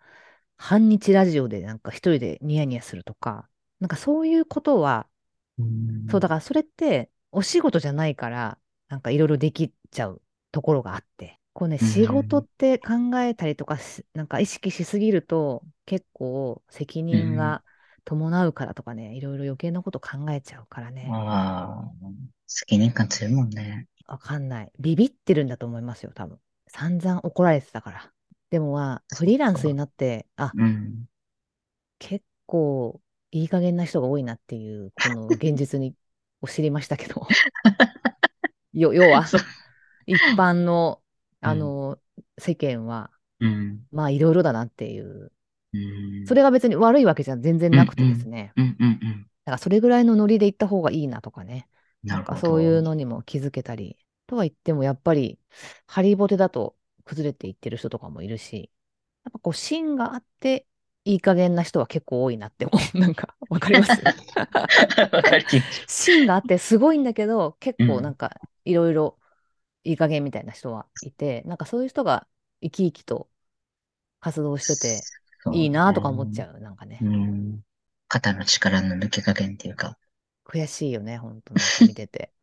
[SPEAKER 1] 半日ラジオでなんか一人でニヤニヤするとか、なんかそういうことは、そう、だからそれってお仕事じゃないから、なんかいろいろできちゃうところがあって、こうね、
[SPEAKER 2] うん
[SPEAKER 1] 仕事って考えたりとかし、なんか意識しすぎると、結構責任が伴うからとかね、いろいろ余計なこと考えちゃうからね、
[SPEAKER 2] ああ、責任感強いもんね。
[SPEAKER 1] わかんない。ビビってるんだと思いますよ、多分。散々怒られてたから。でもまあ、フリーランスになって、あ、
[SPEAKER 2] うん。
[SPEAKER 1] 結構いい加減な人が多いなっていう、この現実にを知りましたけ ど。よ要は
[SPEAKER 2] そう、
[SPEAKER 1] 一般の、
[SPEAKER 2] うん
[SPEAKER 1] あの、世間は、
[SPEAKER 2] うん。
[SPEAKER 1] まあいろいろだなっていう。
[SPEAKER 2] うん。
[SPEAKER 1] それが別に悪いわけじゃ全然なくてですね。
[SPEAKER 2] うんうんうん。
[SPEAKER 1] だからそれぐらいのノリで行った方がいいなとかね。な
[SPEAKER 2] なる
[SPEAKER 1] ん
[SPEAKER 2] ほ
[SPEAKER 1] か
[SPEAKER 2] ど。
[SPEAKER 1] そういうのにも気づけたり。とは言ってもやっぱり、ハリボテだと崩れていってる人とかもいるし、やっぱこう芯があって、いい加減な人は結構多いなって思う。なんか、わかります
[SPEAKER 2] わかる気がし
[SPEAKER 1] 芯があってすごいんだけど、結
[SPEAKER 2] う
[SPEAKER 1] 構
[SPEAKER 2] ん
[SPEAKER 1] なんかいろいろいい加減みたいな人はいて、なんかそういう人が生き生きと活動してて
[SPEAKER 2] そう
[SPEAKER 1] いいなとか思っち
[SPEAKER 2] う。
[SPEAKER 1] ゃう。なんかね
[SPEAKER 2] う、ん。肩の力の抜け加減っていうか。
[SPEAKER 1] 悔しいよね、本当なんか見てて。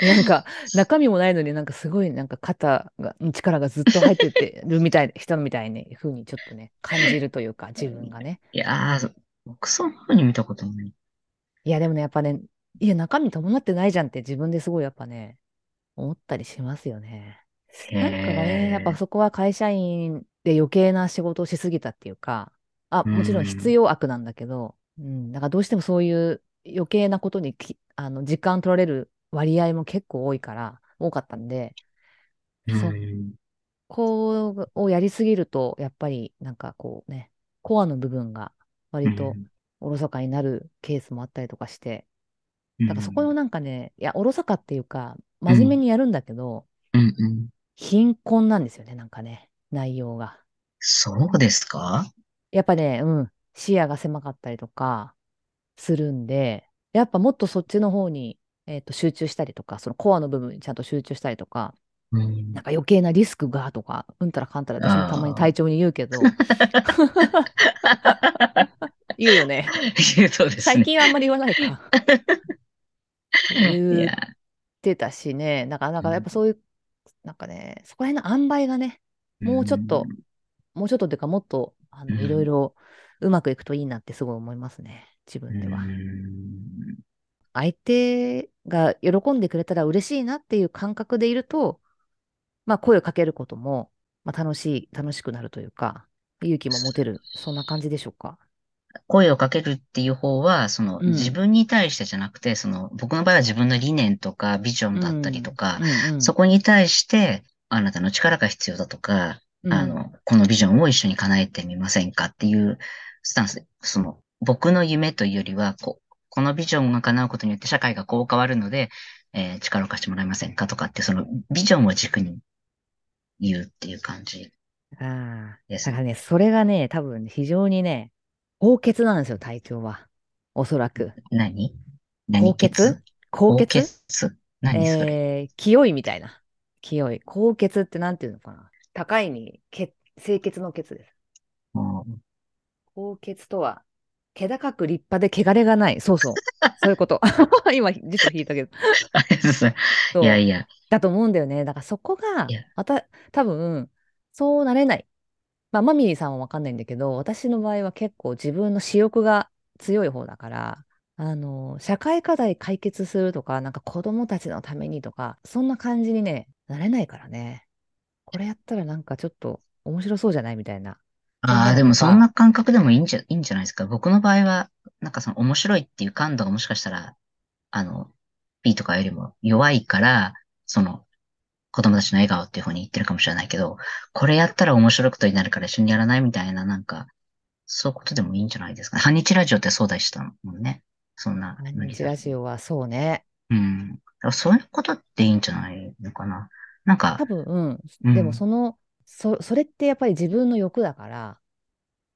[SPEAKER 1] なんか中身もないのになんかすごいなんか肩が力がずっと入っててるみたいな人みたいに風にちょっとね感じるというか自分がね。
[SPEAKER 2] いやー、僕そんな風に見たことない。
[SPEAKER 1] いやでもねやっぱねいや中身伴ってないじゃんって自分ですごいやっぱね思ったりしますよね。なんかね、やっぱそこは会社員で余計な仕事をしすぎたっていうか、あ、もちろん必要悪なんだけど、うん、だからどうしてもそういう余計なことにき、あの、時間取られる割合も結構多いから、多かったんで、
[SPEAKER 2] へー
[SPEAKER 1] そ
[SPEAKER 2] うん
[SPEAKER 1] こうをやりすぎると、やっぱりなんかこうね、コアの部分が割
[SPEAKER 2] う
[SPEAKER 1] と
[SPEAKER 2] ん
[SPEAKER 1] おろそかになるケースもあったりとかして、
[SPEAKER 2] うん
[SPEAKER 1] だからそこのなんかね、いや、おろそかっていうか、真面目にやるんだけど、
[SPEAKER 2] うんうん
[SPEAKER 1] 貧困なんですよね、なんかね、内容が。
[SPEAKER 2] そうですか
[SPEAKER 1] やっぱね、うん、視野が狭かったりとかするんで、やっぱもっとそっちの方に、えっと、集中したりとか、そのコアの部分にちゃんと集中したりとか、
[SPEAKER 2] うん
[SPEAKER 1] なんか余計なリスクがとか、うんたらかんたら、私もたまに体調に言うけ ど、言うよね。
[SPEAKER 2] そうです
[SPEAKER 1] 最
[SPEAKER 2] ね。
[SPEAKER 1] 近はあんまり言わない か。
[SPEAKER 2] い
[SPEAKER 1] 言っ
[SPEAKER 2] や、
[SPEAKER 1] てたしね、なんか、なんかやっぱそういう、なんかね、そこら辺の塩梅がね、もうちょっともうちょっとっていうか、もっと、あ
[SPEAKER 2] う
[SPEAKER 1] の、
[SPEAKER 2] ん
[SPEAKER 1] いろいろうまくいくといいなってすごい思いますね、自
[SPEAKER 2] う
[SPEAKER 1] 分
[SPEAKER 2] ん。
[SPEAKER 1] では。
[SPEAKER 2] うん
[SPEAKER 1] 相手が喜んでくれたら嬉しいなっていう感覚でいると、まあ声をかけることも、まあ楽しい、楽しくなるというか、勇気も持てる、そんな感じでしょうか。
[SPEAKER 2] 声をかけるっていう方は、その、
[SPEAKER 1] うん
[SPEAKER 2] 自分に対してじゃなくて、その、僕の場合は自分の理念とか、ビジョンだったりとか、
[SPEAKER 1] うんうん
[SPEAKER 2] そこに対して、あなたの力が必要だとか、
[SPEAKER 1] うん
[SPEAKER 2] あの、このビジョンを一緒に叶えてみませんかっていうスタンスで、その、僕の夢というよりは、こう、このビジョンが叶うことによって社会がこう変わるので、えー力を貸してもらえませんかとかって、そのビジョンを軸に言うっていう感じ
[SPEAKER 1] あ
[SPEAKER 2] で
[SPEAKER 1] あ、
[SPEAKER 2] す
[SPEAKER 1] だから
[SPEAKER 2] ね。
[SPEAKER 1] ね、それがね、多分非常にね、高血なんですよ、体調は。おそらく。
[SPEAKER 2] 何
[SPEAKER 1] 高
[SPEAKER 2] 何
[SPEAKER 1] 血高血
[SPEAKER 2] 何それ、
[SPEAKER 1] えー、清いみたいな。清い。高血ってなんていうのかな。高いに血、清潔の血です。
[SPEAKER 2] もう
[SPEAKER 1] 高血とは、気高く立派で汚れがない。そうそう。そういうこと。 今、辞書引いたけど。
[SPEAKER 2] あれですね
[SPEAKER 1] そう
[SPEAKER 2] いやいや、
[SPEAKER 1] だと思うんだよね。だからそこが
[SPEAKER 2] いや、
[SPEAKER 1] また、多分、そうなれない。まあ、マミーさんはわかんないんだけど、私の場合は結構自分の私欲が強い方だから、あの、社会課題解決するとか、なんか子供たちのためにとか、そんな感じにね、なれないからね。これやったらなんかちょっと面白そうじゃないみたいな。
[SPEAKER 2] あ
[SPEAKER 1] な
[SPEAKER 2] あ、
[SPEAKER 1] ん
[SPEAKER 2] でも
[SPEAKER 1] か
[SPEAKER 2] そんな感覚でもいいんじゃ、いいんじゃないですか。僕の場合は、なんかその面白いっていう感度がもしかしたら、あの、B とかよりも弱いから、その、子供たちの笑顔っていう方に言ってるかもしれないけど、これやったら面白いことになるから一緒にやらないみたいな、なんか、そういうことでもいいんじゃないですか。半日ラジオってそうでしたもんね。そんな
[SPEAKER 1] 毎
[SPEAKER 2] 無理
[SPEAKER 1] 日
[SPEAKER 2] だ
[SPEAKER 1] ラジオはそうね。
[SPEAKER 2] うん。だからそういうことっていいんじゃないのかな。なんか
[SPEAKER 1] 多、分、うん。
[SPEAKER 2] うん
[SPEAKER 1] でもその、そ、それってやっぱり自分の欲だから、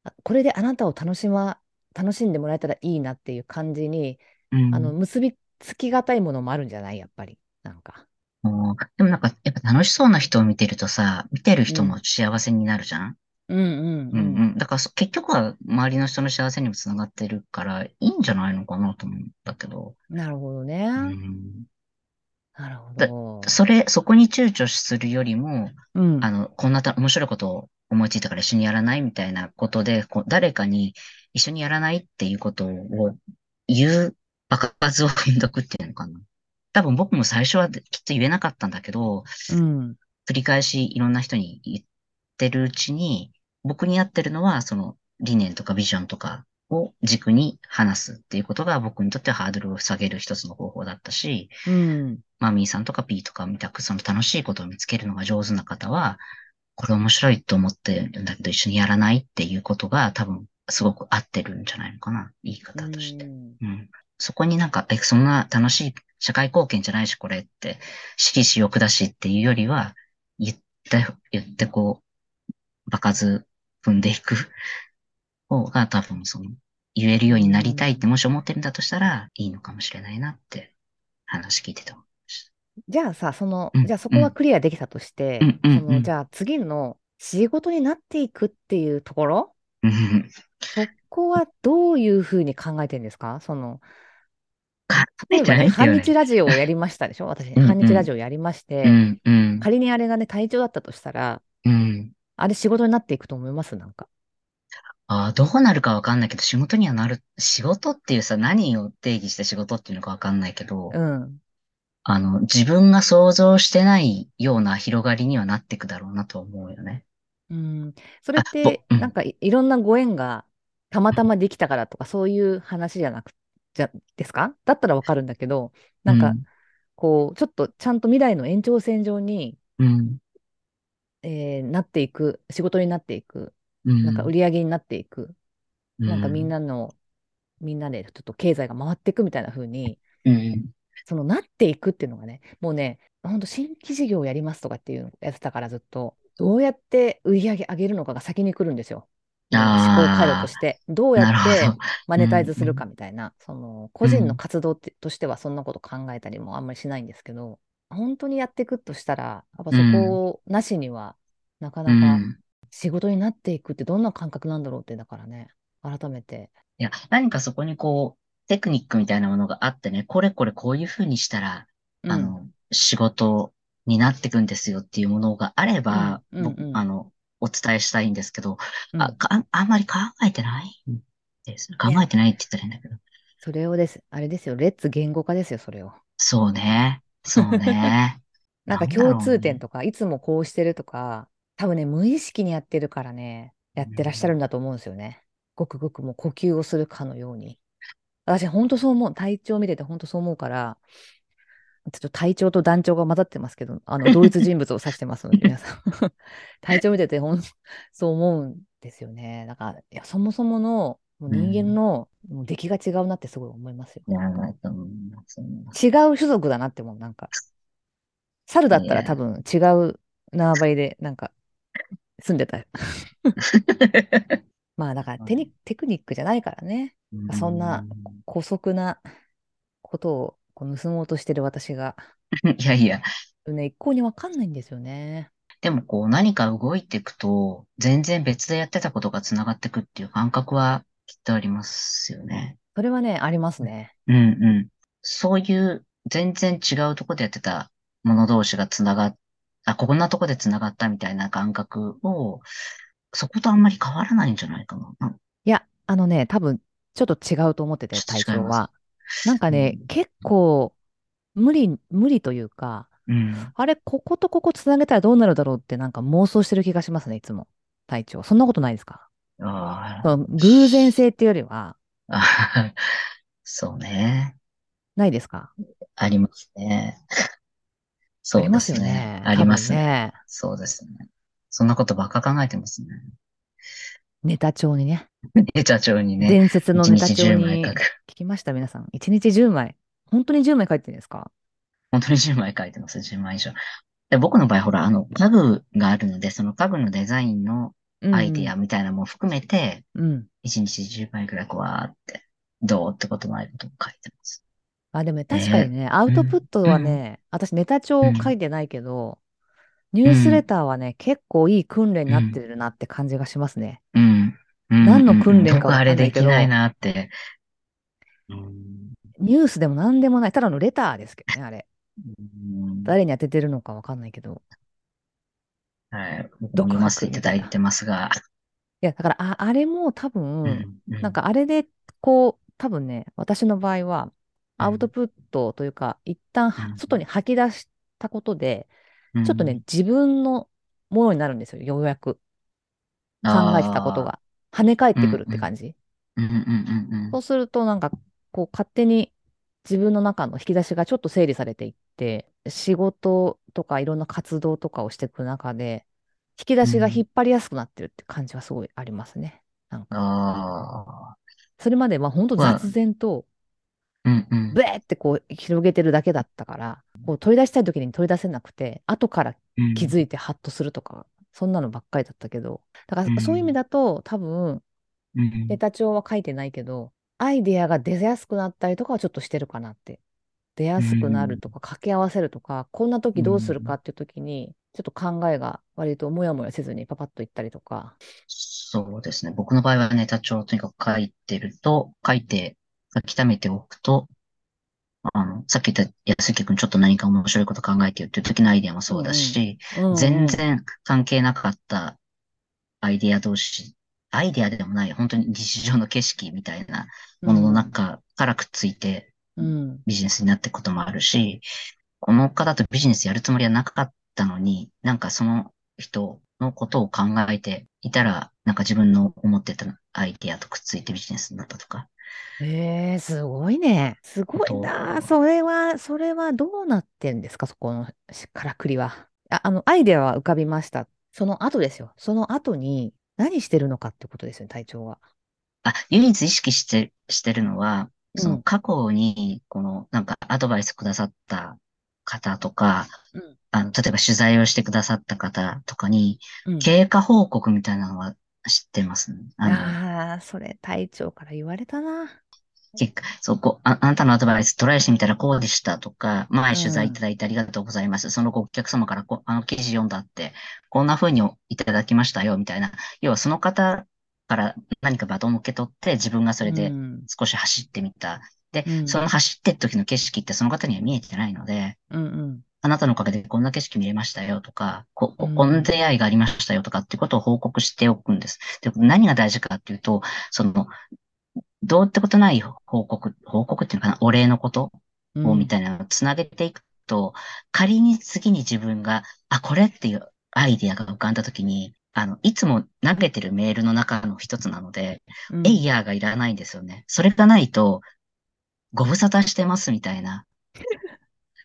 [SPEAKER 1] あこれであなたを楽しま、楽しんでもらえたらいいなっていう感じに、
[SPEAKER 2] うん
[SPEAKER 1] あの、結びつきがたいものもあるんじゃないやっぱり。なんか。
[SPEAKER 2] もうでもなんか、やっぱ楽しそうな人を見てるとさ、見てる人も幸せになるじゃん。
[SPEAKER 1] うんうん
[SPEAKER 2] うんうん。だからそ結局は周りの人の幸せにもつながってるから、いいんじゃないのかなと思うんだけど。
[SPEAKER 1] なるほどね。
[SPEAKER 2] うん、
[SPEAKER 1] なるほど。
[SPEAKER 2] それ、そこに躊躇するよりも、
[SPEAKER 1] うん。
[SPEAKER 2] あの、こんなた面白いことを思いついたから一緒にやらないみたいなことで、こう誰かに一緒にやらないっていうことを言う爆発を 生んどくっていうのかな。多分僕も最初はきっと言えなかったんだけど、
[SPEAKER 1] うん。
[SPEAKER 2] 繰り返しいろんな人に言ってるうちに、僕に合ってるのは、その理念とかビジョンとかを軸に話すっていうことが僕にとってはハードルを下げる一つの方法だったし、
[SPEAKER 1] うん。
[SPEAKER 2] マミーさんとか P とかみたくその楽しいことを見つけるのが上手な方は、これ面白いと思ってるんだけど一緒にやらないっていうことが多分すごく合ってるんじゃないのかな。言い方として。
[SPEAKER 1] うん
[SPEAKER 2] うん。そこになんか、え、そんな楽しい社会貢献じゃないし、これって、色紙欲だしっていうよりは、言って、言ってこう、場数踏んでいく 方が多分その、言えるようになりたいってもし思ってるんだとしたら、いいのかもしれないなって、話聞いてた。
[SPEAKER 1] じゃあさ、その
[SPEAKER 2] うん、
[SPEAKER 1] じゃあそこはクリアできたとして
[SPEAKER 2] うん、
[SPEAKER 1] そ
[SPEAKER 2] うんう
[SPEAKER 1] の、
[SPEAKER 2] ん
[SPEAKER 1] じゃあ次の仕事になっていくっていうところ、
[SPEAKER 2] うん
[SPEAKER 1] そこはどういうふうに考えてるんですかその、
[SPEAKER 2] 考
[SPEAKER 1] 例 えばね、
[SPEAKER 2] えてない
[SPEAKER 1] 半
[SPEAKER 2] んだ
[SPEAKER 1] 日
[SPEAKER 2] よね
[SPEAKER 1] ラジオをやりましたでし ょ私、
[SPEAKER 2] んうん
[SPEAKER 1] 半日ラジオやりまして、
[SPEAKER 2] うん、うん、
[SPEAKER 1] 仮にあれがね、体調だったとしたら、
[SPEAKER 2] うん。
[SPEAKER 1] あれ仕事になっていくと思いますなんか。
[SPEAKER 2] ああ、どうなるかわかんないけど、仕事にはなる、仕事っていうさ、何を定義して仕事っていうのかわかんないけど、
[SPEAKER 1] うん。
[SPEAKER 2] あの、自分が想像してないような広がりにはなっていくだろうなと思うよね。
[SPEAKER 1] うん。それっ
[SPEAKER 2] あぼ
[SPEAKER 1] て、
[SPEAKER 2] うん
[SPEAKER 1] なんかいいろんなご縁がたまたまできたからとか、そういう話じゃなく、じゃ、ですかだったらわかるんだけど、なんか、こう、ちょっとちゃんと未来の延長線上に、
[SPEAKER 2] うん、うん、
[SPEAKER 1] えーなっていく、仕事になっていく、
[SPEAKER 2] うん。
[SPEAKER 1] なんか売り上げになっていく、なんかみん
[SPEAKER 2] な、
[SPEAKER 1] なの、みんなでちょっと経済が回っていくみたいな風に、
[SPEAKER 2] うん、
[SPEAKER 1] そのなっていくっていうのがね、もうね、ほんと新規事業をやりますとかっていうのをやってたからずっと、どうやって売り上げ上げるのかが先に来るんですよ。もう
[SPEAKER 2] あー
[SPEAKER 1] 思考回路として、どうや
[SPEAKER 2] なる
[SPEAKER 1] っ
[SPEAKER 2] ほ
[SPEAKER 1] て
[SPEAKER 2] ど。
[SPEAKER 1] マネタイズするかみたいな、その個人の活動ってとしてはそんなこと考えたりもあんまりしないんですけど、本当にやっていくとしたら、やっぱそこなしには、なか
[SPEAKER 2] う
[SPEAKER 1] なか
[SPEAKER 2] ん。
[SPEAKER 1] 仕事になっていくってどんな感覚なんだろうって、だからね、改めて。
[SPEAKER 2] いや、何かそこにこう、テクニックみたいなものがあってね、これこれこういうふうにしたら、
[SPEAKER 1] うん
[SPEAKER 2] あの、仕事になってくんですよっていうものがあれば、
[SPEAKER 1] うんうんうん
[SPEAKER 2] 僕あの、お伝えしたいんですけど、
[SPEAKER 1] うん
[SPEAKER 2] あ、かあんまり考えてないです。考えてないって言ったらいいんだけど。
[SPEAKER 1] それをです、あれですよ、レッツ言語化ですよ、それを。
[SPEAKER 2] そうね。そうね。
[SPEAKER 1] なんか
[SPEAKER 2] なんだろうね
[SPEAKER 1] 共通点とか、いつもこうしてるとか、多分ね、無意識にやってるからね、やってらっしゃるんだと思うんですよね。ごくごくもう呼吸をするかのように。私、ほんとそう思う。体調見ててほんとそう思うから、ちょっと体調と団長が混ざってますけど、あの、同一人物を指してますので、皆さん。 体調見ててほん とそう思うんですよね。だから、いや、そもそもの、もう人間の、もう出来が違うなってすごい思いますよ。
[SPEAKER 2] いやばいと思いますね。
[SPEAKER 1] 違う種族だなってもうなんか、猿だったら
[SPEAKER 2] ねえ
[SPEAKER 1] 多分違う縄張りでなんか住んで た。まあだからテニテクニックじゃないからね。そんな
[SPEAKER 2] う
[SPEAKER 1] 姑息なことをこの盗もうとしてる私が、
[SPEAKER 2] いやいや、
[SPEAKER 1] ね、一向にわかんないんですよね。
[SPEAKER 2] でもこう何か動いていくと、全然別でやってたことが繋がってくっていう感覚はきっとありますよね。
[SPEAKER 1] それはね、ありますね。
[SPEAKER 2] うんうん。そういう全然違うとこでやってたもの同士が繋がっ、あ、こんなとこで繋がったみたいな感覚を、そことあんまり変わらないんじゃないかな。なん
[SPEAKER 1] いや、あのね、多分、ちょっと違うと思ってて、
[SPEAKER 2] ちょっと
[SPEAKER 1] 隊
[SPEAKER 2] 違い
[SPEAKER 1] 長
[SPEAKER 2] ます
[SPEAKER 1] は。なんかね、
[SPEAKER 2] うん
[SPEAKER 1] 結構、無理、無理というか、
[SPEAKER 2] うん。
[SPEAKER 1] あれ、こことここつなげたらどうなるだろうってなんか妄想してる気がしますね、いつも。隊長。そんなことないですか
[SPEAKER 2] あ
[SPEAKER 1] その偶然性っていうよりは、
[SPEAKER 2] ーあー、 そうね。
[SPEAKER 1] ないですか
[SPEAKER 2] ありますね。
[SPEAKER 1] あ
[SPEAKER 2] そう
[SPEAKER 1] り
[SPEAKER 2] で
[SPEAKER 1] ますよ
[SPEAKER 2] すね。
[SPEAKER 1] ね。
[SPEAKER 2] あります
[SPEAKER 1] 多分
[SPEAKER 2] ね。
[SPEAKER 1] ね。
[SPEAKER 2] そうですね。そんなことばっか考えてますね。
[SPEAKER 1] ネタ帳にね。
[SPEAKER 2] で、社長にね、
[SPEAKER 1] 伝説の
[SPEAKER 2] 一
[SPEAKER 1] ネタ
[SPEAKER 2] 日
[SPEAKER 1] 帳
[SPEAKER 2] 10枚
[SPEAKER 1] に
[SPEAKER 2] 書
[SPEAKER 1] 聞
[SPEAKER 2] く。
[SPEAKER 1] きました、皆さん。1日10枚。本当に10枚書いてるんですか
[SPEAKER 2] 本当に10枚書いてます、10枚以上。で、僕の場合、ほら、あの、家具があるので、その家具のデザインの
[SPEAKER 1] うん。
[SPEAKER 2] アイディアみたいなのも含めて、
[SPEAKER 1] うん。
[SPEAKER 2] 1日10枚くらいこう、わーって、どうってことないことも書いてます。
[SPEAKER 1] あ、でもね確かにね、アウトプットはね、私ネタ帳書いてないけど、ニュースレターはね、結構いい訓練になってるなって感じがしますね。
[SPEAKER 2] うん。うん
[SPEAKER 1] 何の訓練か
[SPEAKER 2] 僕
[SPEAKER 1] わか
[SPEAKER 2] あ
[SPEAKER 1] んな
[SPEAKER 2] れ
[SPEAKER 1] いけど
[SPEAKER 2] できないなって。うん
[SPEAKER 1] ニュースでも何でもない、ただのレターですけどね、あれ。
[SPEAKER 2] うん
[SPEAKER 1] 誰に当ててるのかわかんないけど。
[SPEAKER 2] はい。僕も読ませていただいてますが。
[SPEAKER 1] いや、だから、あ、あれも多
[SPEAKER 2] う
[SPEAKER 1] 分、
[SPEAKER 2] ん。う
[SPEAKER 1] なん、かあれで、こう、多分ね、私の場合は、アウトプットというか、一旦は
[SPEAKER 2] うん
[SPEAKER 1] 外に吐き出したことで、
[SPEAKER 2] うん
[SPEAKER 1] ちょっとね、、自分のものになるんですよ、ようやく。考えてたことが。跳ね返ってくるって感じ。
[SPEAKER 2] うん。うんうんうんうん
[SPEAKER 1] そうすると、なんか、こう、勝手に自分の中の引き出しがちょっと整理されていって、仕事とかいろんな活動とかをしていく中で、引き出しが引っ張りやすくなってるって感じはすごいありますね。なんか、
[SPEAKER 2] ああ。
[SPEAKER 1] それまでは本当雑然と、
[SPEAKER 2] うんうん。
[SPEAKER 1] ブエーってこう広げてるだけだったから、こう取り出したい時に取り出せなくて、後から気づいてハッとするとか、そんなのばっかりだったけど、だか
[SPEAKER 2] うん
[SPEAKER 1] らそういう意味だと多分、
[SPEAKER 2] うん
[SPEAKER 1] ネタ帳は書いてないけど、アイデアが出やすくなったりとかはちょっとしてるかなって。出やすくなるとか、掛け合わせるとか、こんな時どうするかっていう時に、ちょっと考えが割ともやもやせずにパパッといったりとか。
[SPEAKER 2] そうですね。僕の場合はネタ帳をとにかく書いてると、書いて、書き溜めておくと、あの、さっき言った安池くんちょっと何か面白いこと考えてよっていう時のアイデアもそうだし、
[SPEAKER 1] うんうん
[SPEAKER 2] 全。然関係なかったアイデア同士、アイデアでもない、本当に日常の景色みたいなものの中からくっついて
[SPEAKER 1] うん。
[SPEAKER 2] ビジネスになっていくこともあるし、この方とビジネスやるつもりはなかったのに、なんかその人のことを考えていたら、なんか自分の思ってたアイディアとくっついてビジネスになったとか。
[SPEAKER 1] ええー、すごいね。すごい
[SPEAKER 2] どう
[SPEAKER 1] な。それは、それはどうなってんですか、そこのしからくりは。あ、あの、アイデアは浮かびました。その後ですよ。その後に何してるのかってことですよね、隊長は。
[SPEAKER 2] あ、唯一意識して、してるのは、そうの
[SPEAKER 1] ん
[SPEAKER 2] 過去に、このなんかアドバイスくださった方とか、
[SPEAKER 1] うん
[SPEAKER 2] あの、例えば取材をしてくださった方とかに、
[SPEAKER 1] うん
[SPEAKER 2] 経過報告みたいなのは知ってますね。あの、
[SPEAKER 1] ああ、それ隊長から言われたな。
[SPEAKER 2] 結果、そう、こう、あ、あなたのアドバイストライしてみたらこうでしたとか、
[SPEAKER 1] う
[SPEAKER 2] 前
[SPEAKER 1] ん
[SPEAKER 2] 取材いただいてありがとうございます。その後お客様からこうあの記事読んだって、こんな風にいただきましたよ、みたいな。要はその方から何かバトンを受け取って、自分がそれ
[SPEAKER 1] う
[SPEAKER 2] で
[SPEAKER 1] ん
[SPEAKER 2] 少し走ってみた。で、
[SPEAKER 1] うん
[SPEAKER 2] その走ってる時の景色ってその方には見えてないので、
[SPEAKER 1] うんうん
[SPEAKER 2] あなたのおかげでこんな景色見れましたよとか、こ、こ
[SPEAKER 1] うん
[SPEAKER 2] こんな出会いがありましたよとかっていうことを報告しておくんです。で、何が大事かっていうと、その、どうってことない報告、報告っていうのかな、お礼のこと
[SPEAKER 1] うん
[SPEAKER 2] をみたいなのをつなげていくと、仮に次に自分が、あ、これっていうアイディアが浮かんだ時に、あの、いつも投げてるメールの中の一つなので、
[SPEAKER 1] うん
[SPEAKER 2] エイヤーがいらないんですよね。それがないと、ご無沙汰してますみたいな。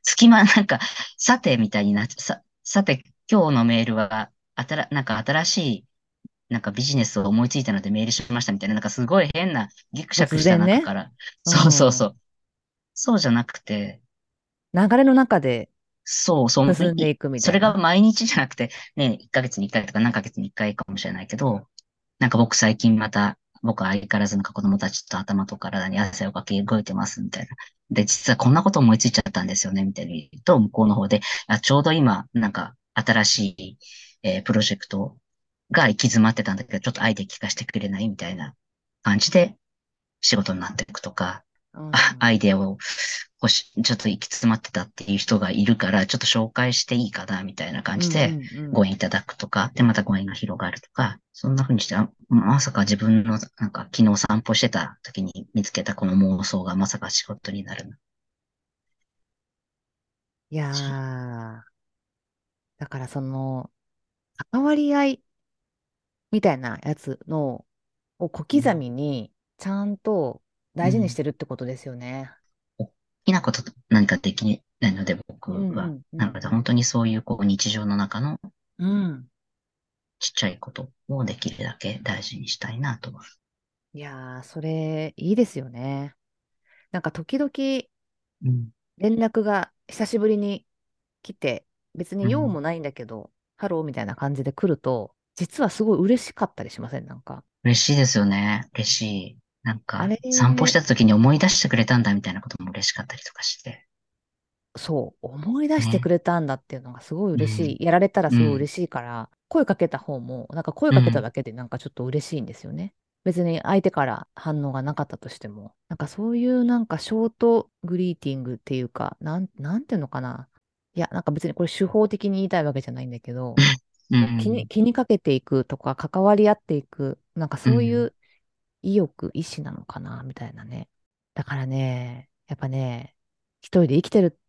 [SPEAKER 2] 隙間、なんか、さてみたいになっちゃさ、さて、今日のメールは、あたら、なんか新しい、なんかビジネスを思いついたのでメールしましたみたいな、なんかすごい変なギクシャクした
[SPEAKER 1] 突然ね
[SPEAKER 2] 中から。そうそうそう。そうじゃなくて、
[SPEAKER 1] 流れの中で
[SPEAKER 2] そう、その
[SPEAKER 1] 進んでいくみた
[SPEAKER 2] そ
[SPEAKER 1] い
[SPEAKER 2] れ
[SPEAKER 1] な。
[SPEAKER 2] が毎日じゃなくて、ね、1ヶ月に1回とか何ヶ月に1回かもしれないけど、なんか僕最近また僕は相変わらずなんか子供たちと頭と体に汗をかき動いてますみたいな。で、実はこんなこと思いついちゃったんですよね、みたいに言うと、向こうの方で、あ、ちょうど今、なんか新しい、えープロジェクトが行き詰まってたんだけど、ちょっとアイデア聞かせてくれないみたいな感じで仕事になっていくとか、
[SPEAKER 1] うん
[SPEAKER 2] あアイデアを欲し、ちょっと行き詰まってたっていう人がいるから、ちょっと紹介していいかな、みたいな感じ
[SPEAKER 1] う
[SPEAKER 2] で、
[SPEAKER 1] んうんうん
[SPEAKER 2] ご縁いただくとか、で、またご縁が広がるとか、そんな風にして、あまさか自分の、なんか、昨日散歩してた時に見つけたこの妄想がまさか仕事になるな。
[SPEAKER 1] いやー、だからその、関わり合いみたいなやつの、を小刻みに、ちゃんと大事にしてるってことですよね。
[SPEAKER 2] 好きなこと何かできないので、僕は。
[SPEAKER 1] うんうんうん
[SPEAKER 2] なので、本当にそういう、こう、日常の中の
[SPEAKER 1] うん。
[SPEAKER 2] ちっちゃいことをできるだけ大事にしたいなとは。
[SPEAKER 1] いやー、それ、いいですよね。なんか時々、
[SPEAKER 2] うん。
[SPEAKER 1] 連絡が久しぶりに来て、別
[SPEAKER 2] う
[SPEAKER 1] に
[SPEAKER 2] ん
[SPEAKER 1] 用もないんだけど、ハローみたいな感じで来ると、実はすごい嬉しかったりしませんなんか。
[SPEAKER 2] 嬉しいですよね。嬉しい。なん
[SPEAKER 1] あ
[SPEAKER 2] か
[SPEAKER 1] れ、
[SPEAKER 2] 散歩してた時に思い出してくれたんだみたいなことも嬉しかったりとかして。
[SPEAKER 1] そう、思い出して
[SPEAKER 2] ね
[SPEAKER 1] くれたんだっていうのがすごい嬉しい。やられたらすごい嬉しいから、声かけた方も、なんか声かけただけでなんかちょっと嬉しいんですよね。別に相手から反応がなかったとしても、なんかそういうなんかショートグリーティングっていうか、なん、なんていうのかな。いや、なんか別にこれ手法的に言いたいわけじゃないんだけど、
[SPEAKER 2] うん。
[SPEAKER 1] 気に、気にかけていくとか、関わり合っていく、なんかそういうう意欲、意志なのかな、みたいなね。だからね、やっぱね、一人で生きてる、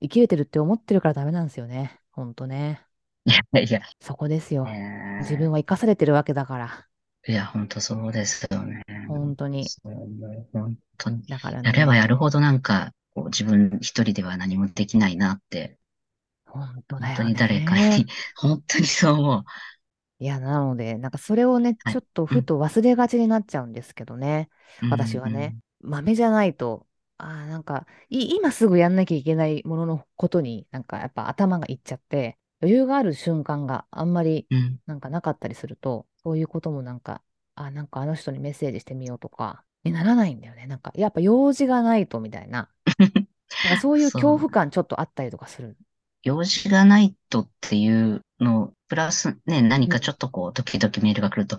[SPEAKER 1] 生きれてるって思ってるからダメなんですよね。ほんとね。
[SPEAKER 2] いやいや、
[SPEAKER 1] そこですよ。
[SPEAKER 2] ね
[SPEAKER 1] 自分は生かされてるわけだから。
[SPEAKER 2] いや、本当そうですよね。
[SPEAKER 1] 本当に。
[SPEAKER 2] そう思う本当に。
[SPEAKER 1] だから
[SPEAKER 2] やれば
[SPEAKER 1] ね、
[SPEAKER 2] やるほどなんか、こう自分一人では何もできないなって、
[SPEAKER 1] ほんと
[SPEAKER 2] 本
[SPEAKER 1] だ
[SPEAKER 2] 当
[SPEAKER 1] よ
[SPEAKER 2] に誰かに
[SPEAKER 1] ね。、
[SPEAKER 2] 本当にそう思う。
[SPEAKER 1] いや、なので、なんかそれをね、
[SPEAKER 2] は
[SPEAKER 1] ちょ
[SPEAKER 2] い。
[SPEAKER 1] っと
[SPEAKER 2] う
[SPEAKER 1] ふ
[SPEAKER 2] ん、
[SPEAKER 1] と忘れがちになっちゃうんですけどね。
[SPEAKER 2] う
[SPEAKER 1] 私はね、
[SPEAKER 2] ん、
[SPEAKER 1] 豆じゃないと、ああ、なんか、い、今すぐやんなきゃいけないもののことに、なんかやっぱ頭がいっちゃって、余裕がある瞬間があんまり
[SPEAKER 2] うん、うん。
[SPEAKER 1] なんかなかったりすると、そういうこともなんか、あー、なんかあの人にメッセージしてみようとか、にならないんだよね。なんか、やっぱ用事がないとみたいな、なんかそういう
[SPEAKER 2] そ
[SPEAKER 1] 恐
[SPEAKER 2] う。
[SPEAKER 1] 怖感ちょっとあったりとかする。
[SPEAKER 2] 用事がないとっていうのを、プラスね、何
[SPEAKER 1] う
[SPEAKER 2] かちょ
[SPEAKER 1] ん。
[SPEAKER 2] っとこう、時々メールが来ると、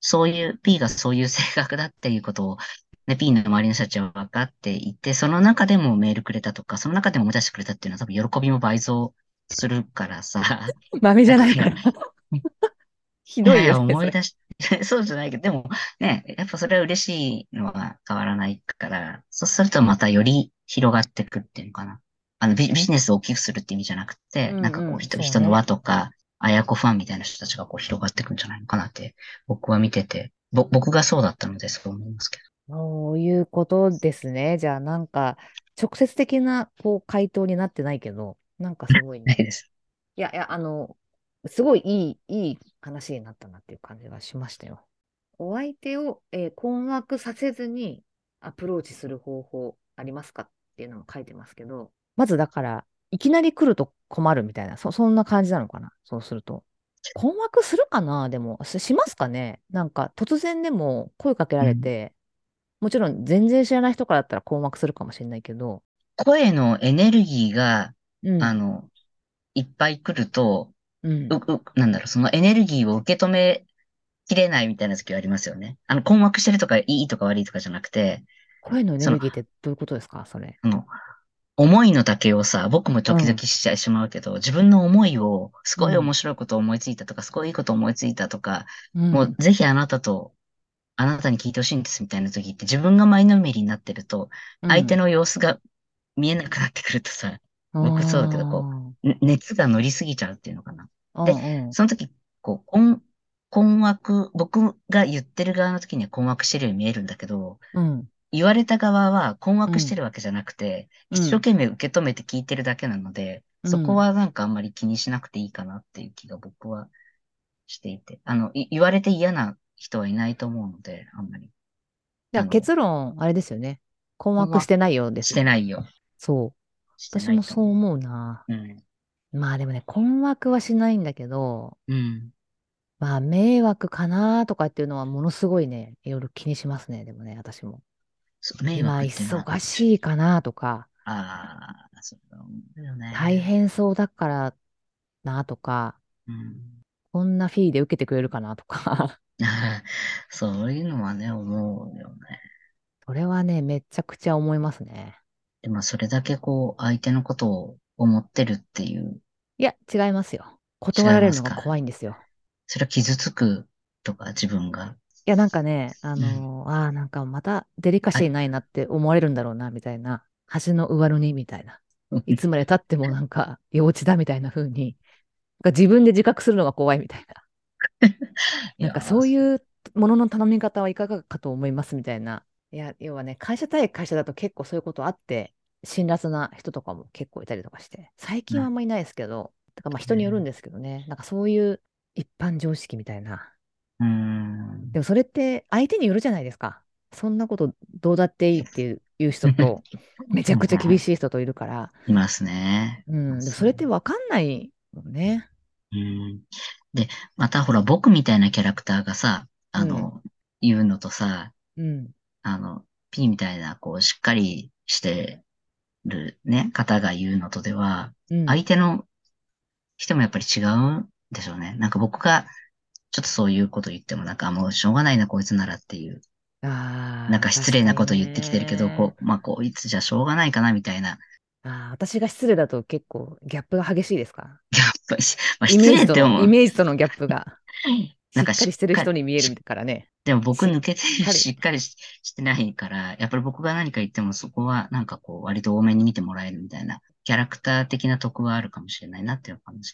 [SPEAKER 2] そういう P がそういう性格だっていうことを、ね、P の周りの人たちは分かっていて、その中でもメールくれたとか、その中でも思い出してくれたっていうのは多分喜びも倍増するからさ、
[SPEAKER 1] 豆じ
[SPEAKER 2] だ
[SPEAKER 1] ゃ
[SPEAKER 2] か、
[SPEAKER 1] ないから ら ひどい
[SPEAKER 2] ねえ、
[SPEAKER 1] よね、
[SPEAKER 2] 思
[SPEAKER 1] そ
[SPEAKER 2] い
[SPEAKER 1] れ。
[SPEAKER 2] 出し、 そうじゃないけど、でもね、やっぱそれは嬉しいのは変わらないから、そうするとまたより広がってくっていうのかな。あのビ、ビジネスを大きくするって意味じゃなく
[SPEAKER 1] う
[SPEAKER 2] て、なんか
[SPEAKER 1] ん
[SPEAKER 2] こう
[SPEAKER 1] うん、
[SPEAKER 2] 人、
[SPEAKER 1] そう
[SPEAKER 2] 人の輪
[SPEAKER 1] ね。
[SPEAKER 2] とか、あやこファンみたいな人たちがこう広がってくんじゃないのかなって、僕は見てて、ぼ、僕がそうだったのでそう思いますけ
[SPEAKER 1] そういうことですね。じゃあ、なんか、直接的な、こう、回答になってないけど、なんかすごい
[SPEAKER 2] ど。ない
[SPEAKER 1] ね。
[SPEAKER 2] です。
[SPEAKER 1] いやいや、あの、すごいいい、いい話になったなっていう感じがしましたよ。お相手を、えー困惑させずにアプローチする方法ありますかっていうのも書いてますけど、まずだから、いきなり来ると困るみたいな、そ、そんな感じなのかな。そうすると。困惑するかなでも、し、しますかねなんか、突然でも声かけら
[SPEAKER 2] う
[SPEAKER 1] れ
[SPEAKER 2] ん。
[SPEAKER 1] て、もちろん全然知らない人からだったら困惑するかもしれないけど、
[SPEAKER 2] 声のエネルギーが、
[SPEAKER 1] う
[SPEAKER 2] あ
[SPEAKER 1] ん、
[SPEAKER 2] の、いっぱい来ると、
[SPEAKER 1] うん。
[SPEAKER 2] う、う、なんだろう、そのエネルギーを受け止めきれないみたいな時はありますよね。あの、困惑してるとか、いいとか悪いとかじゃなくて、
[SPEAKER 1] 声のエネ
[SPEAKER 2] そ
[SPEAKER 1] ル
[SPEAKER 2] の、
[SPEAKER 1] ギーってどういうことですかそれ。
[SPEAKER 2] あの、思いの丈をさ、僕も
[SPEAKER 1] う
[SPEAKER 2] 時々
[SPEAKER 1] ん、
[SPEAKER 2] しちゃいしまうけど、自分の思いを、す
[SPEAKER 1] う
[SPEAKER 2] ごい面
[SPEAKER 1] ん、
[SPEAKER 2] 白いことを思いついたとか、すごいいいことを思いついたとか、
[SPEAKER 1] う
[SPEAKER 2] も
[SPEAKER 1] ん。
[SPEAKER 2] うぜひあなたと、あなたに聞いてほしいんですみたいな時って、自分が前のめりになってると、
[SPEAKER 1] う
[SPEAKER 2] 相手
[SPEAKER 1] ん。
[SPEAKER 2] の様子が見えなくなってくるとさ、
[SPEAKER 1] あ
[SPEAKER 2] 僕そうだけど、こ
[SPEAKER 1] ー
[SPEAKER 2] う、ね熱が乗りすぎちゃうっていうのかな。
[SPEAKER 1] う
[SPEAKER 2] で、
[SPEAKER 1] ん、うん。
[SPEAKER 2] その時、こう、困、困惑、僕が言ってる側の時には困惑してるように見えるんだけど、
[SPEAKER 1] うん、
[SPEAKER 2] 言われた側は困
[SPEAKER 1] う
[SPEAKER 2] 惑して
[SPEAKER 1] ん、
[SPEAKER 2] るわけじゃなくて、
[SPEAKER 1] う
[SPEAKER 2] 一生
[SPEAKER 1] ん、
[SPEAKER 2] 懸命受け止めて聞いてるだけなので、
[SPEAKER 1] う
[SPEAKER 2] そこ
[SPEAKER 1] ん。
[SPEAKER 2] はなんかあんまり気にしなくていいかなっていう気が僕はしていて、あの、い言われて嫌な人はいないと思うので、あんまり、
[SPEAKER 1] じゃ
[SPEAKER 2] あ
[SPEAKER 1] あ
[SPEAKER 2] の、
[SPEAKER 1] 結論、あれですよね。困
[SPEAKER 2] 困
[SPEAKER 1] 惑し
[SPEAKER 2] 惑
[SPEAKER 1] てないようで
[SPEAKER 2] し
[SPEAKER 1] す
[SPEAKER 2] て
[SPEAKER 1] ね。
[SPEAKER 2] ないよ。
[SPEAKER 1] そう。
[SPEAKER 2] して
[SPEAKER 1] 私
[SPEAKER 2] ない
[SPEAKER 1] も
[SPEAKER 2] と
[SPEAKER 1] そ
[SPEAKER 2] 思
[SPEAKER 1] う思うな。
[SPEAKER 2] う。うん。
[SPEAKER 1] まあでもね、困惑はしないんだけど、
[SPEAKER 2] うん。
[SPEAKER 1] まあ、迷惑かなとかっていうのはものすごいね、夜気にしますね。でもね、私も。
[SPEAKER 2] そう迷
[SPEAKER 1] 今、
[SPEAKER 2] 惑っていうのは
[SPEAKER 1] 忙しいかなとか、
[SPEAKER 2] ああ、そうだよね。
[SPEAKER 1] 大。変そうだからなとか、
[SPEAKER 2] うん。
[SPEAKER 1] こんなフィーで受けてくれるかなとか。
[SPEAKER 2] そういうのはね、思うよね。
[SPEAKER 1] それはね、めちゃくちゃ思いますね。
[SPEAKER 2] でもそれだけこう、相手のことを思ってるっていう、
[SPEAKER 1] いや、違いますよ。断られるの
[SPEAKER 2] 違い
[SPEAKER 1] が
[SPEAKER 2] ますか
[SPEAKER 1] 怖いんですよ。
[SPEAKER 2] それは傷つくとか、自分が。
[SPEAKER 1] いや、なんかね、あ
[SPEAKER 2] うん
[SPEAKER 1] のーああ、なんかまたデリカシーないなって思われるんだろうな、みたいな。橋の上のに、みたいな。 いつまで経ってもなんか 幼稚だ、みたいな風に。なんか自分で自覚するのが怖いみたいな。なんかそう
[SPEAKER 2] う。
[SPEAKER 1] いうものの頼み方はいかがかと思いますみたいな。いや、要はね、会社対会社だと結構そういうことあって、辛辣な人とかも結構いたりとかして、最近はあんまいないですけど、だからまあ人によるんですけどね、なんかそういう一般常識みたいな。
[SPEAKER 2] うん。
[SPEAKER 1] でもそれって相手によるじゃないですか。そんなことどうだっていいっていういう人 と、めちゃくちゃ厳しい人といるから、
[SPEAKER 2] いますね。
[SPEAKER 1] うん、でもそれってわかんないもんね。
[SPEAKER 2] うん。で、またほら、僕みたいなキャラクターがさ、あの、言うのとさ、
[SPEAKER 1] うん。
[SPEAKER 2] あの、P みたいな、こう、しっかりしてるね、方が言うのとでは、
[SPEAKER 1] うん。
[SPEAKER 2] 相手の人もやっぱり違うんでしょうね。なんか僕が、ちょっとそういうこと言っても、なんかもうしょうがないな、こいつならっていう。
[SPEAKER 1] あー
[SPEAKER 2] なんか失礼なこと言ってきてるけど、
[SPEAKER 1] 確かにね
[SPEAKER 2] こう、まあ、こいつじゃしょうがないかな、みたいな。
[SPEAKER 1] ああ、私が失礼だと結構ギャップが激しいですか
[SPEAKER 2] やっぱり、まあ、
[SPEAKER 1] イ
[SPEAKER 2] 失
[SPEAKER 1] メー
[SPEAKER 2] 礼
[SPEAKER 1] ジ
[SPEAKER 2] っ
[SPEAKER 1] と
[SPEAKER 2] て
[SPEAKER 1] の、
[SPEAKER 2] 思
[SPEAKER 1] イ
[SPEAKER 2] う。
[SPEAKER 1] メージとのギャップが、し
[SPEAKER 2] な
[SPEAKER 1] っ
[SPEAKER 2] ん
[SPEAKER 1] か
[SPEAKER 2] か
[SPEAKER 1] りしてる人に見えるからね。
[SPEAKER 2] でも
[SPEAKER 1] し
[SPEAKER 2] 僕抜けて
[SPEAKER 1] しっか
[SPEAKER 2] る
[SPEAKER 1] り
[SPEAKER 2] し、っかりししてないから、やっぱり僕が何か言ってもそこはなんかこう割と多めに見てもらえるみたいな、キャラクター的な得はあるかもしれないなっていう感じ、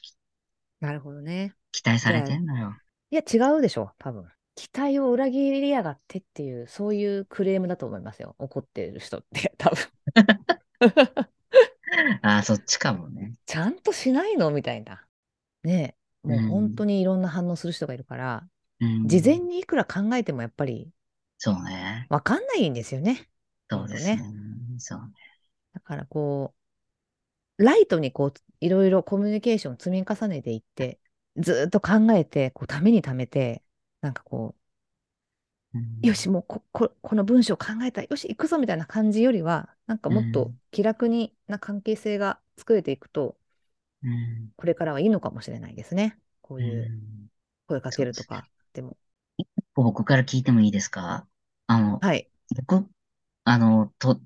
[SPEAKER 1] なるほどね。
[SPEAKER 2] 期待されてんのよ。
[SPEAKER 1] いや、違うでしょ、多分。期待を裏切りやがってっていう、そういうクレームだと思いますよ。怒ってる人って、多分。
[SPEAKER 2] ああ、そっちかもね。
[SPEAKER 1] ちゃんとしないのみたいな。ねえ、もう本当にいろんな反応する人がいるから、
[SPEAKER 2] うん、
[SPEAKER 1] 事前にいくら考えてもやっぱり
[SPEAKER 2] そうね。
[SPEAKER 1] わかんないんですよね。
[SPEAKER 2] そうですね。そうね。
[SPEAKER 1] だからこう、ライトにこう、いろいろコミュニケーションを積み重ねていって、ずーっと考えて、こう、ためにためて、なんかこ
[SPEAKER 2] うん
[SPEAKER 1] う、よ。し、もうこ、こ、この文章考えた、よし、行くぞみたいな感じよりは、なんかもっ
[SPEAKER 2] う
[SPEAKER 1] と
[SPEAKER 2] ん
[SPEAKER 1] 気楽にな関係性が作れていくと、
[SPEAKER 2] うん
[SPEAKER 1] これからはいいのかもしれないですね。こう
[SPEAKER 2] う
[SPEAKER 1] いうん声かけるとか、でも。
[SPEAKER 2] 僕から聞いてもいいですかあの、
[SPEAKER 1] はい。
[SPEAKER 2] 僕、あの、と、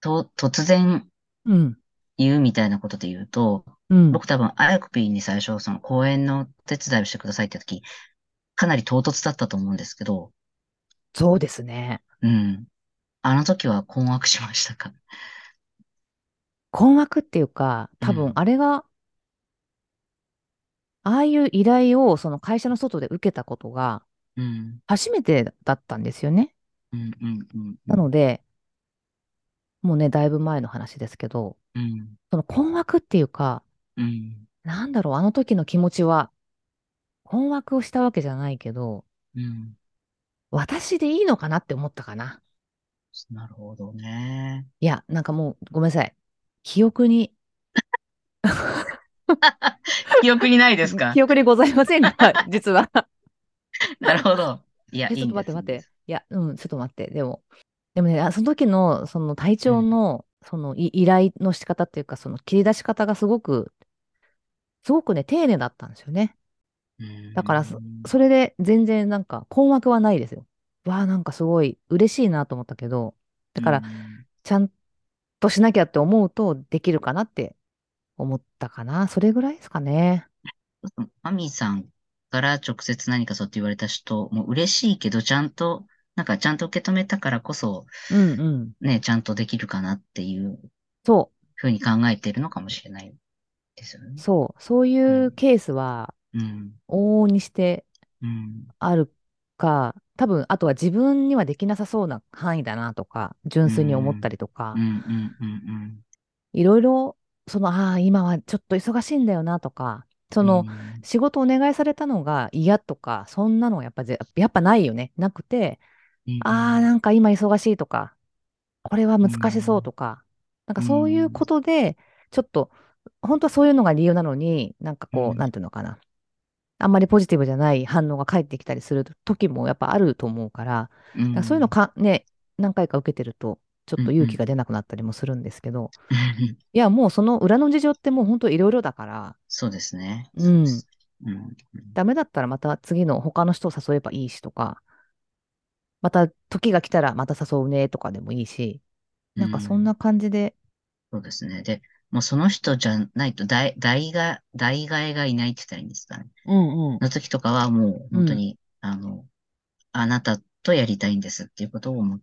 [SPEAKER 2] と、突然
[SPEAKER 1] うん。
[SPEAKER 2] 言うみたいなことで言うと、
[SPEAKER 1] うん。
[SPEAKER 2] 僕多分、あやくぴーに最初、その公演の手伝いをしてくださいって時、かなり唐突だったと思うんですけど、
[SPEAKER 1] そうですね。
[SPEAKER 2] うん。あの時は困惑しましたか
[SPEAKER 1] 困惑っていうか、多
[SPEAKER 2] うん
[SPEAKER 1] 分あれが、ああいう依頼をその会社の外で受けたことが
[SPEAKER 2] うん。
[SPEAKER 1] 初めてだったんですよね。
[SPEAKER 2] うん、うん、うん。
[SPEAKER 1] なので、もうね、だいぶ前の話ですけど、
[SPEAKER 2] うん、
[SPEAKER 1] その困惑っていうか、
[SPEAKER 2] うん、
[SPEAKER 1] なんだろう、あの時の気持ちは、困惑をしたわけじゃないけど、
[SPEAKER 2] うん。
[SPEAKER 1] 私でいいのかなって思ったかな。
[SPEAKER 2] なるほどね。
[SPEAKER 1] いや、なんかもう、ごめんなさい。記憶に、
[SPEAKER 2] 記憶にないですか
[SPEAKER 1] 記憶にございま せんが、実は。
[SPEAKER 2] なるほど。いや、
[SPEAKER 1] え
[SPEAKER 2] い
[SPEAKER 1] ち
[SPEAKER 2] い
[SPEAKER 1] ょっ
[SPEAKER 2] ん
[SPEAKER 1] と
[SPEAKER 2] で
[SPEAKER 1] 待って待
[SPEAKER 2] す。
[SPEAKER 1] って。いや、うん、ちょっと待って。でも、でもね、あその時の、その体調の、そのい依頼の仕方っていうか、その切り出し方がすごく、すごくね、丁寧だったんですよね。
[SPEAKER 2] うん
[SPEAKER 1] だからそれで全然なんか困惑はないですよ。わあ、なんかすごい嬉しいなと思ったけど、だか
[SPEAKER 2] う
[SPEAKER 1] ら、
[SPEAKER 2] ん
[SPEAKER 1] ちゃんとしなきゃって思うと、できるかなって思ったかな。それぐらいですかね。
[SPEAKER 2] マミーさんから直接何かそうやって言われた人も嬉しいけど、ちゃんと、なんかちゃんと受け止めたからこそ、
[SPEAKER 1] うんうん。
[SPEAKER 2] ね、ちゃんとできるかなっていう
[SPEAKER 1] そ
[SPEAKER 2] ふうに考えてるのかもしれないですよ
[SPEAKER 1] う、
[SPEAKER 2] ね。
[SPEAKER 1] そう、そういううんケースは、
[SPEAKER 2] うん。
[SPEAKER 1] 往々にして、
[SPEAKER 2] うん。
[SPEAKER 1] あるか、多分、あとは自分にはできなさそうな範囲だなとか、純粋に思ったりとか
[SPEAKER 2] うん。う、ん。うん。
[SPEAKER 1] いろいろ、その、ああ、今はちょっと忙しいんだよなとか、その、
[SPEAKER 2] うん、
[SPEAKER 1] 仕事お願いされたのが嫌とか、そんなのはやっぱぜ、やっぱないよね。なくて、ああ、
[SPEAKER 2] うん
[SPEAKER 1] なんか今忙しいとか、これは難しそうとか、なんかそういうことで、ちょっと、本当はそういうのが理由なのに、なんかこ
[SPEAKER 2] うん
[SPEAKER 1] う、なんていうのかな。あんまりポジティブじゃない反応が返ってきたりする時もやっぱあると思うから、
[SPEAKER 2] う
[SPEAKER 1] だからそういうの
[SPEAKER 2] ん。
[SPEAKER 1] か、ね、何回か受けてると、ちょっ
[SPEAKER 2] うん
[SPEAKER 1] と
[SPEAKER 2] う
[SPEAKER 1] 勇気
[SPEAKER 2] ん。
[SPEAKER 1] が出なくなったりもするんですけど、いや、もうその裏の事情ってもう本当いろいろだから、
[SPEAKER 2] そうですね。
[SPEAKER 1] う
[SPEAKER 2] そうで
[SPEAKER 1] ん、
[SPEAKER 2] す。うん。
[SPEAKER 1] ダメだったらまた次の他の人を誘えばいいしとか、また時が来たらまた誘うねとかでもいいし、
[SPEAKER 2] う
[SPEAKER 1] なんかそん
[SPEAKER 2] ん。
[SPEAKER 1] な感じで、
[SPEAKER 2] そうですね。で、もうその人じゃないと代、代が、代替えがいないって言ったらいいんですかね。
[SPEAKER 1] うんうん
[SPEAKER 2] の時とかはもう
[SPEAKER 1] う
[SPEAKER 2] 本当
[SPEAKER 1] ん、
[SPEAKER 2] に、あの、あなたとやりたいんですっていうことをもう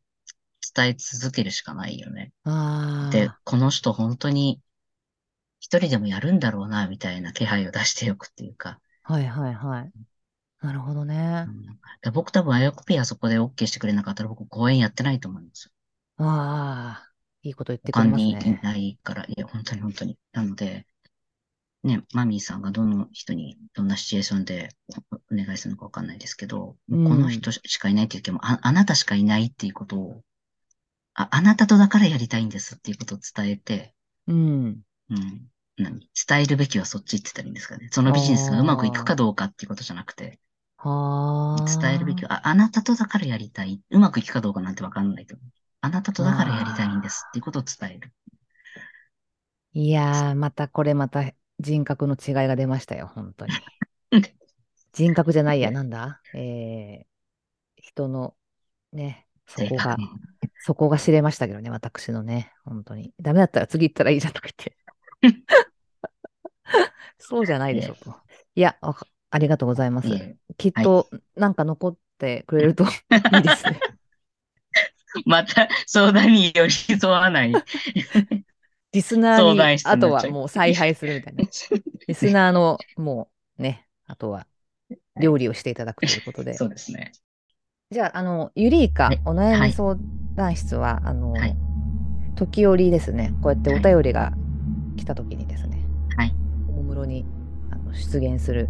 [SPEAKER 2] 伝え続けるしかないよね。で、
[SPEAKER 1] ああ、
[SPEAKER 2] この人本当に一人でもやるんだろうな、みたいな気配を出しておくっていうか。
[SPEAKER 1] はいはいはい。なるほど
[SPEAKER 2] う
[SPEAKER 1] ね。
[SPEAKER 2] ん、だから僕多分あやこピーあそこで OK してくれなかったら僕公演やってないと思いますよ。
[SPEAKER 1] ああ、いいこと言ってく
[SPEAKER 2] 他
[SPEAKER 1] れます
[SPEAKER 2] にい
[SPEAKER 1] ね。
[SPEAKER 2] ないから、いや、本当に本当に。なので、ね、マミーさんがどの人に、どんなシチュエーションでおお願いするのかわかんないですけど、も
[SPEAKER 1] う
[SPEAKER 2] うこの
[SPEAKER 1] ん。
[SPEAKER 2] 人しかいないっていう気も、あ、あなたしかいないっていうことを、あ、あなたとだからやりたいんですっていうことを伝えて、
[SPEAKER 1] うん。
[SPEAKER 2] うん。何伝えるべきはそっちって言ったらいいんですかね。そのビジネスがうまくいくか
[SPEAKER 1] あ
[SPEAKER 2] どうかっていうことじゃなくて、
[SPEAKER 1] あ、
[SPEAKER 2] 伝えるべき
[SPEAKER 1] は
[SPEAKER 2] は、あ、あなたとだからやりたい。うまくいくかどうかなんてわかんないと思う。あなたとだからやりたいんです
[SPEAKER 1] あ。
[SPEAKER 2] っ
[SPEAKER 1] あ
[SPEAKER 2] ていうことを伝える。
[SPEAKER 1] ーいやー、またこれまた人格の違いが出ましたよ、本 当に。人格じゃないや、なんだえー、人のね、そ
[SPEAKER 2] 正
[SPEAKER 1] こ
[SPEAKER 2] 確
[SPEAKER 1] が、
[SPEAKER 2] に。
[SPEAKER 1] そこが知れましたけどね、私のね、本当に。ダメだったら次行ったらいいじゃんとか言って。 そうじゃない
[SPEAKER 2] い
[SPEAKER 1] でしょ
[SPEAKER 2] え、
[SPEAKER 1] と。いや、わかありがとうございま
[SPEAKER 2] い
[SPEAKER 1] す。
[SPEAKER 2] え、
[SPEAKER 1] きっ
[SPEAKER 2] はい。
[SPEAKER 1] と、なんか残ってく れるといいですね。
[SPEAKER 2] また相談に寄り添わない
[SPEAKER 1] リスナー
[SPEAKER 2] 相
[SPEAKER 1] に、
[SPEAKER 2] 談室
[SPEAKER 1] あ
[SPEAKER 2] にな
[SPEAKER 1] と
[SPEAKER 2] っ
[SPEAKER 1] は
[SPEAKER 2] ちゃう。
[SPEAKER 1] もう采配するみたいな。リスナーの、もうね、あとは
[SPEAKER 2] はい
[SPEAKER 1] 料理をしていただくということで。
[SPEAKER 2] そうですね。
[SPEAKER 1] じゃあ、あの、ゆりい
[SPEAKER 2] は
[SPEAKER 1] か、
[SPEAKER 2] い。
[SPEAKER 1] お悩
[SPEAKER 2] は
[SPEAKER 1] み
[SPEAKER 2] い。
[SPEAKER 1] 相談室は、あ
[SPEAKER 2] はい。
[SPEAKER 1] の、時折ですね、こうやってお
[SPEAKER 2] はい。
[SPEAKER 1] 便りが来た時にですね、
[SPEAKER 2] はい。
[SPEAKER 1] おもむろにあの出現する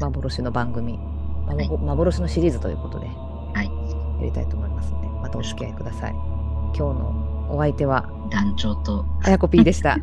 [SPEAKER 1] 幻の番組、ま
[SPEAKER 2] はい。
[SPEAKER 1] ぼ幻のシリーズということで、
[SPEAKER 2] はいよ
[SPEAKER 1] やりたいと思いますので、またお
[SPEAKER 2] ろし
[SPEAKER 1] 付
[SPEAKER 2] く。
[SPEAKER 1] き合いください。今日のお相手は、
[SPEAKER 2] 団長と、
[SPEAKER 1] あやこ P でした。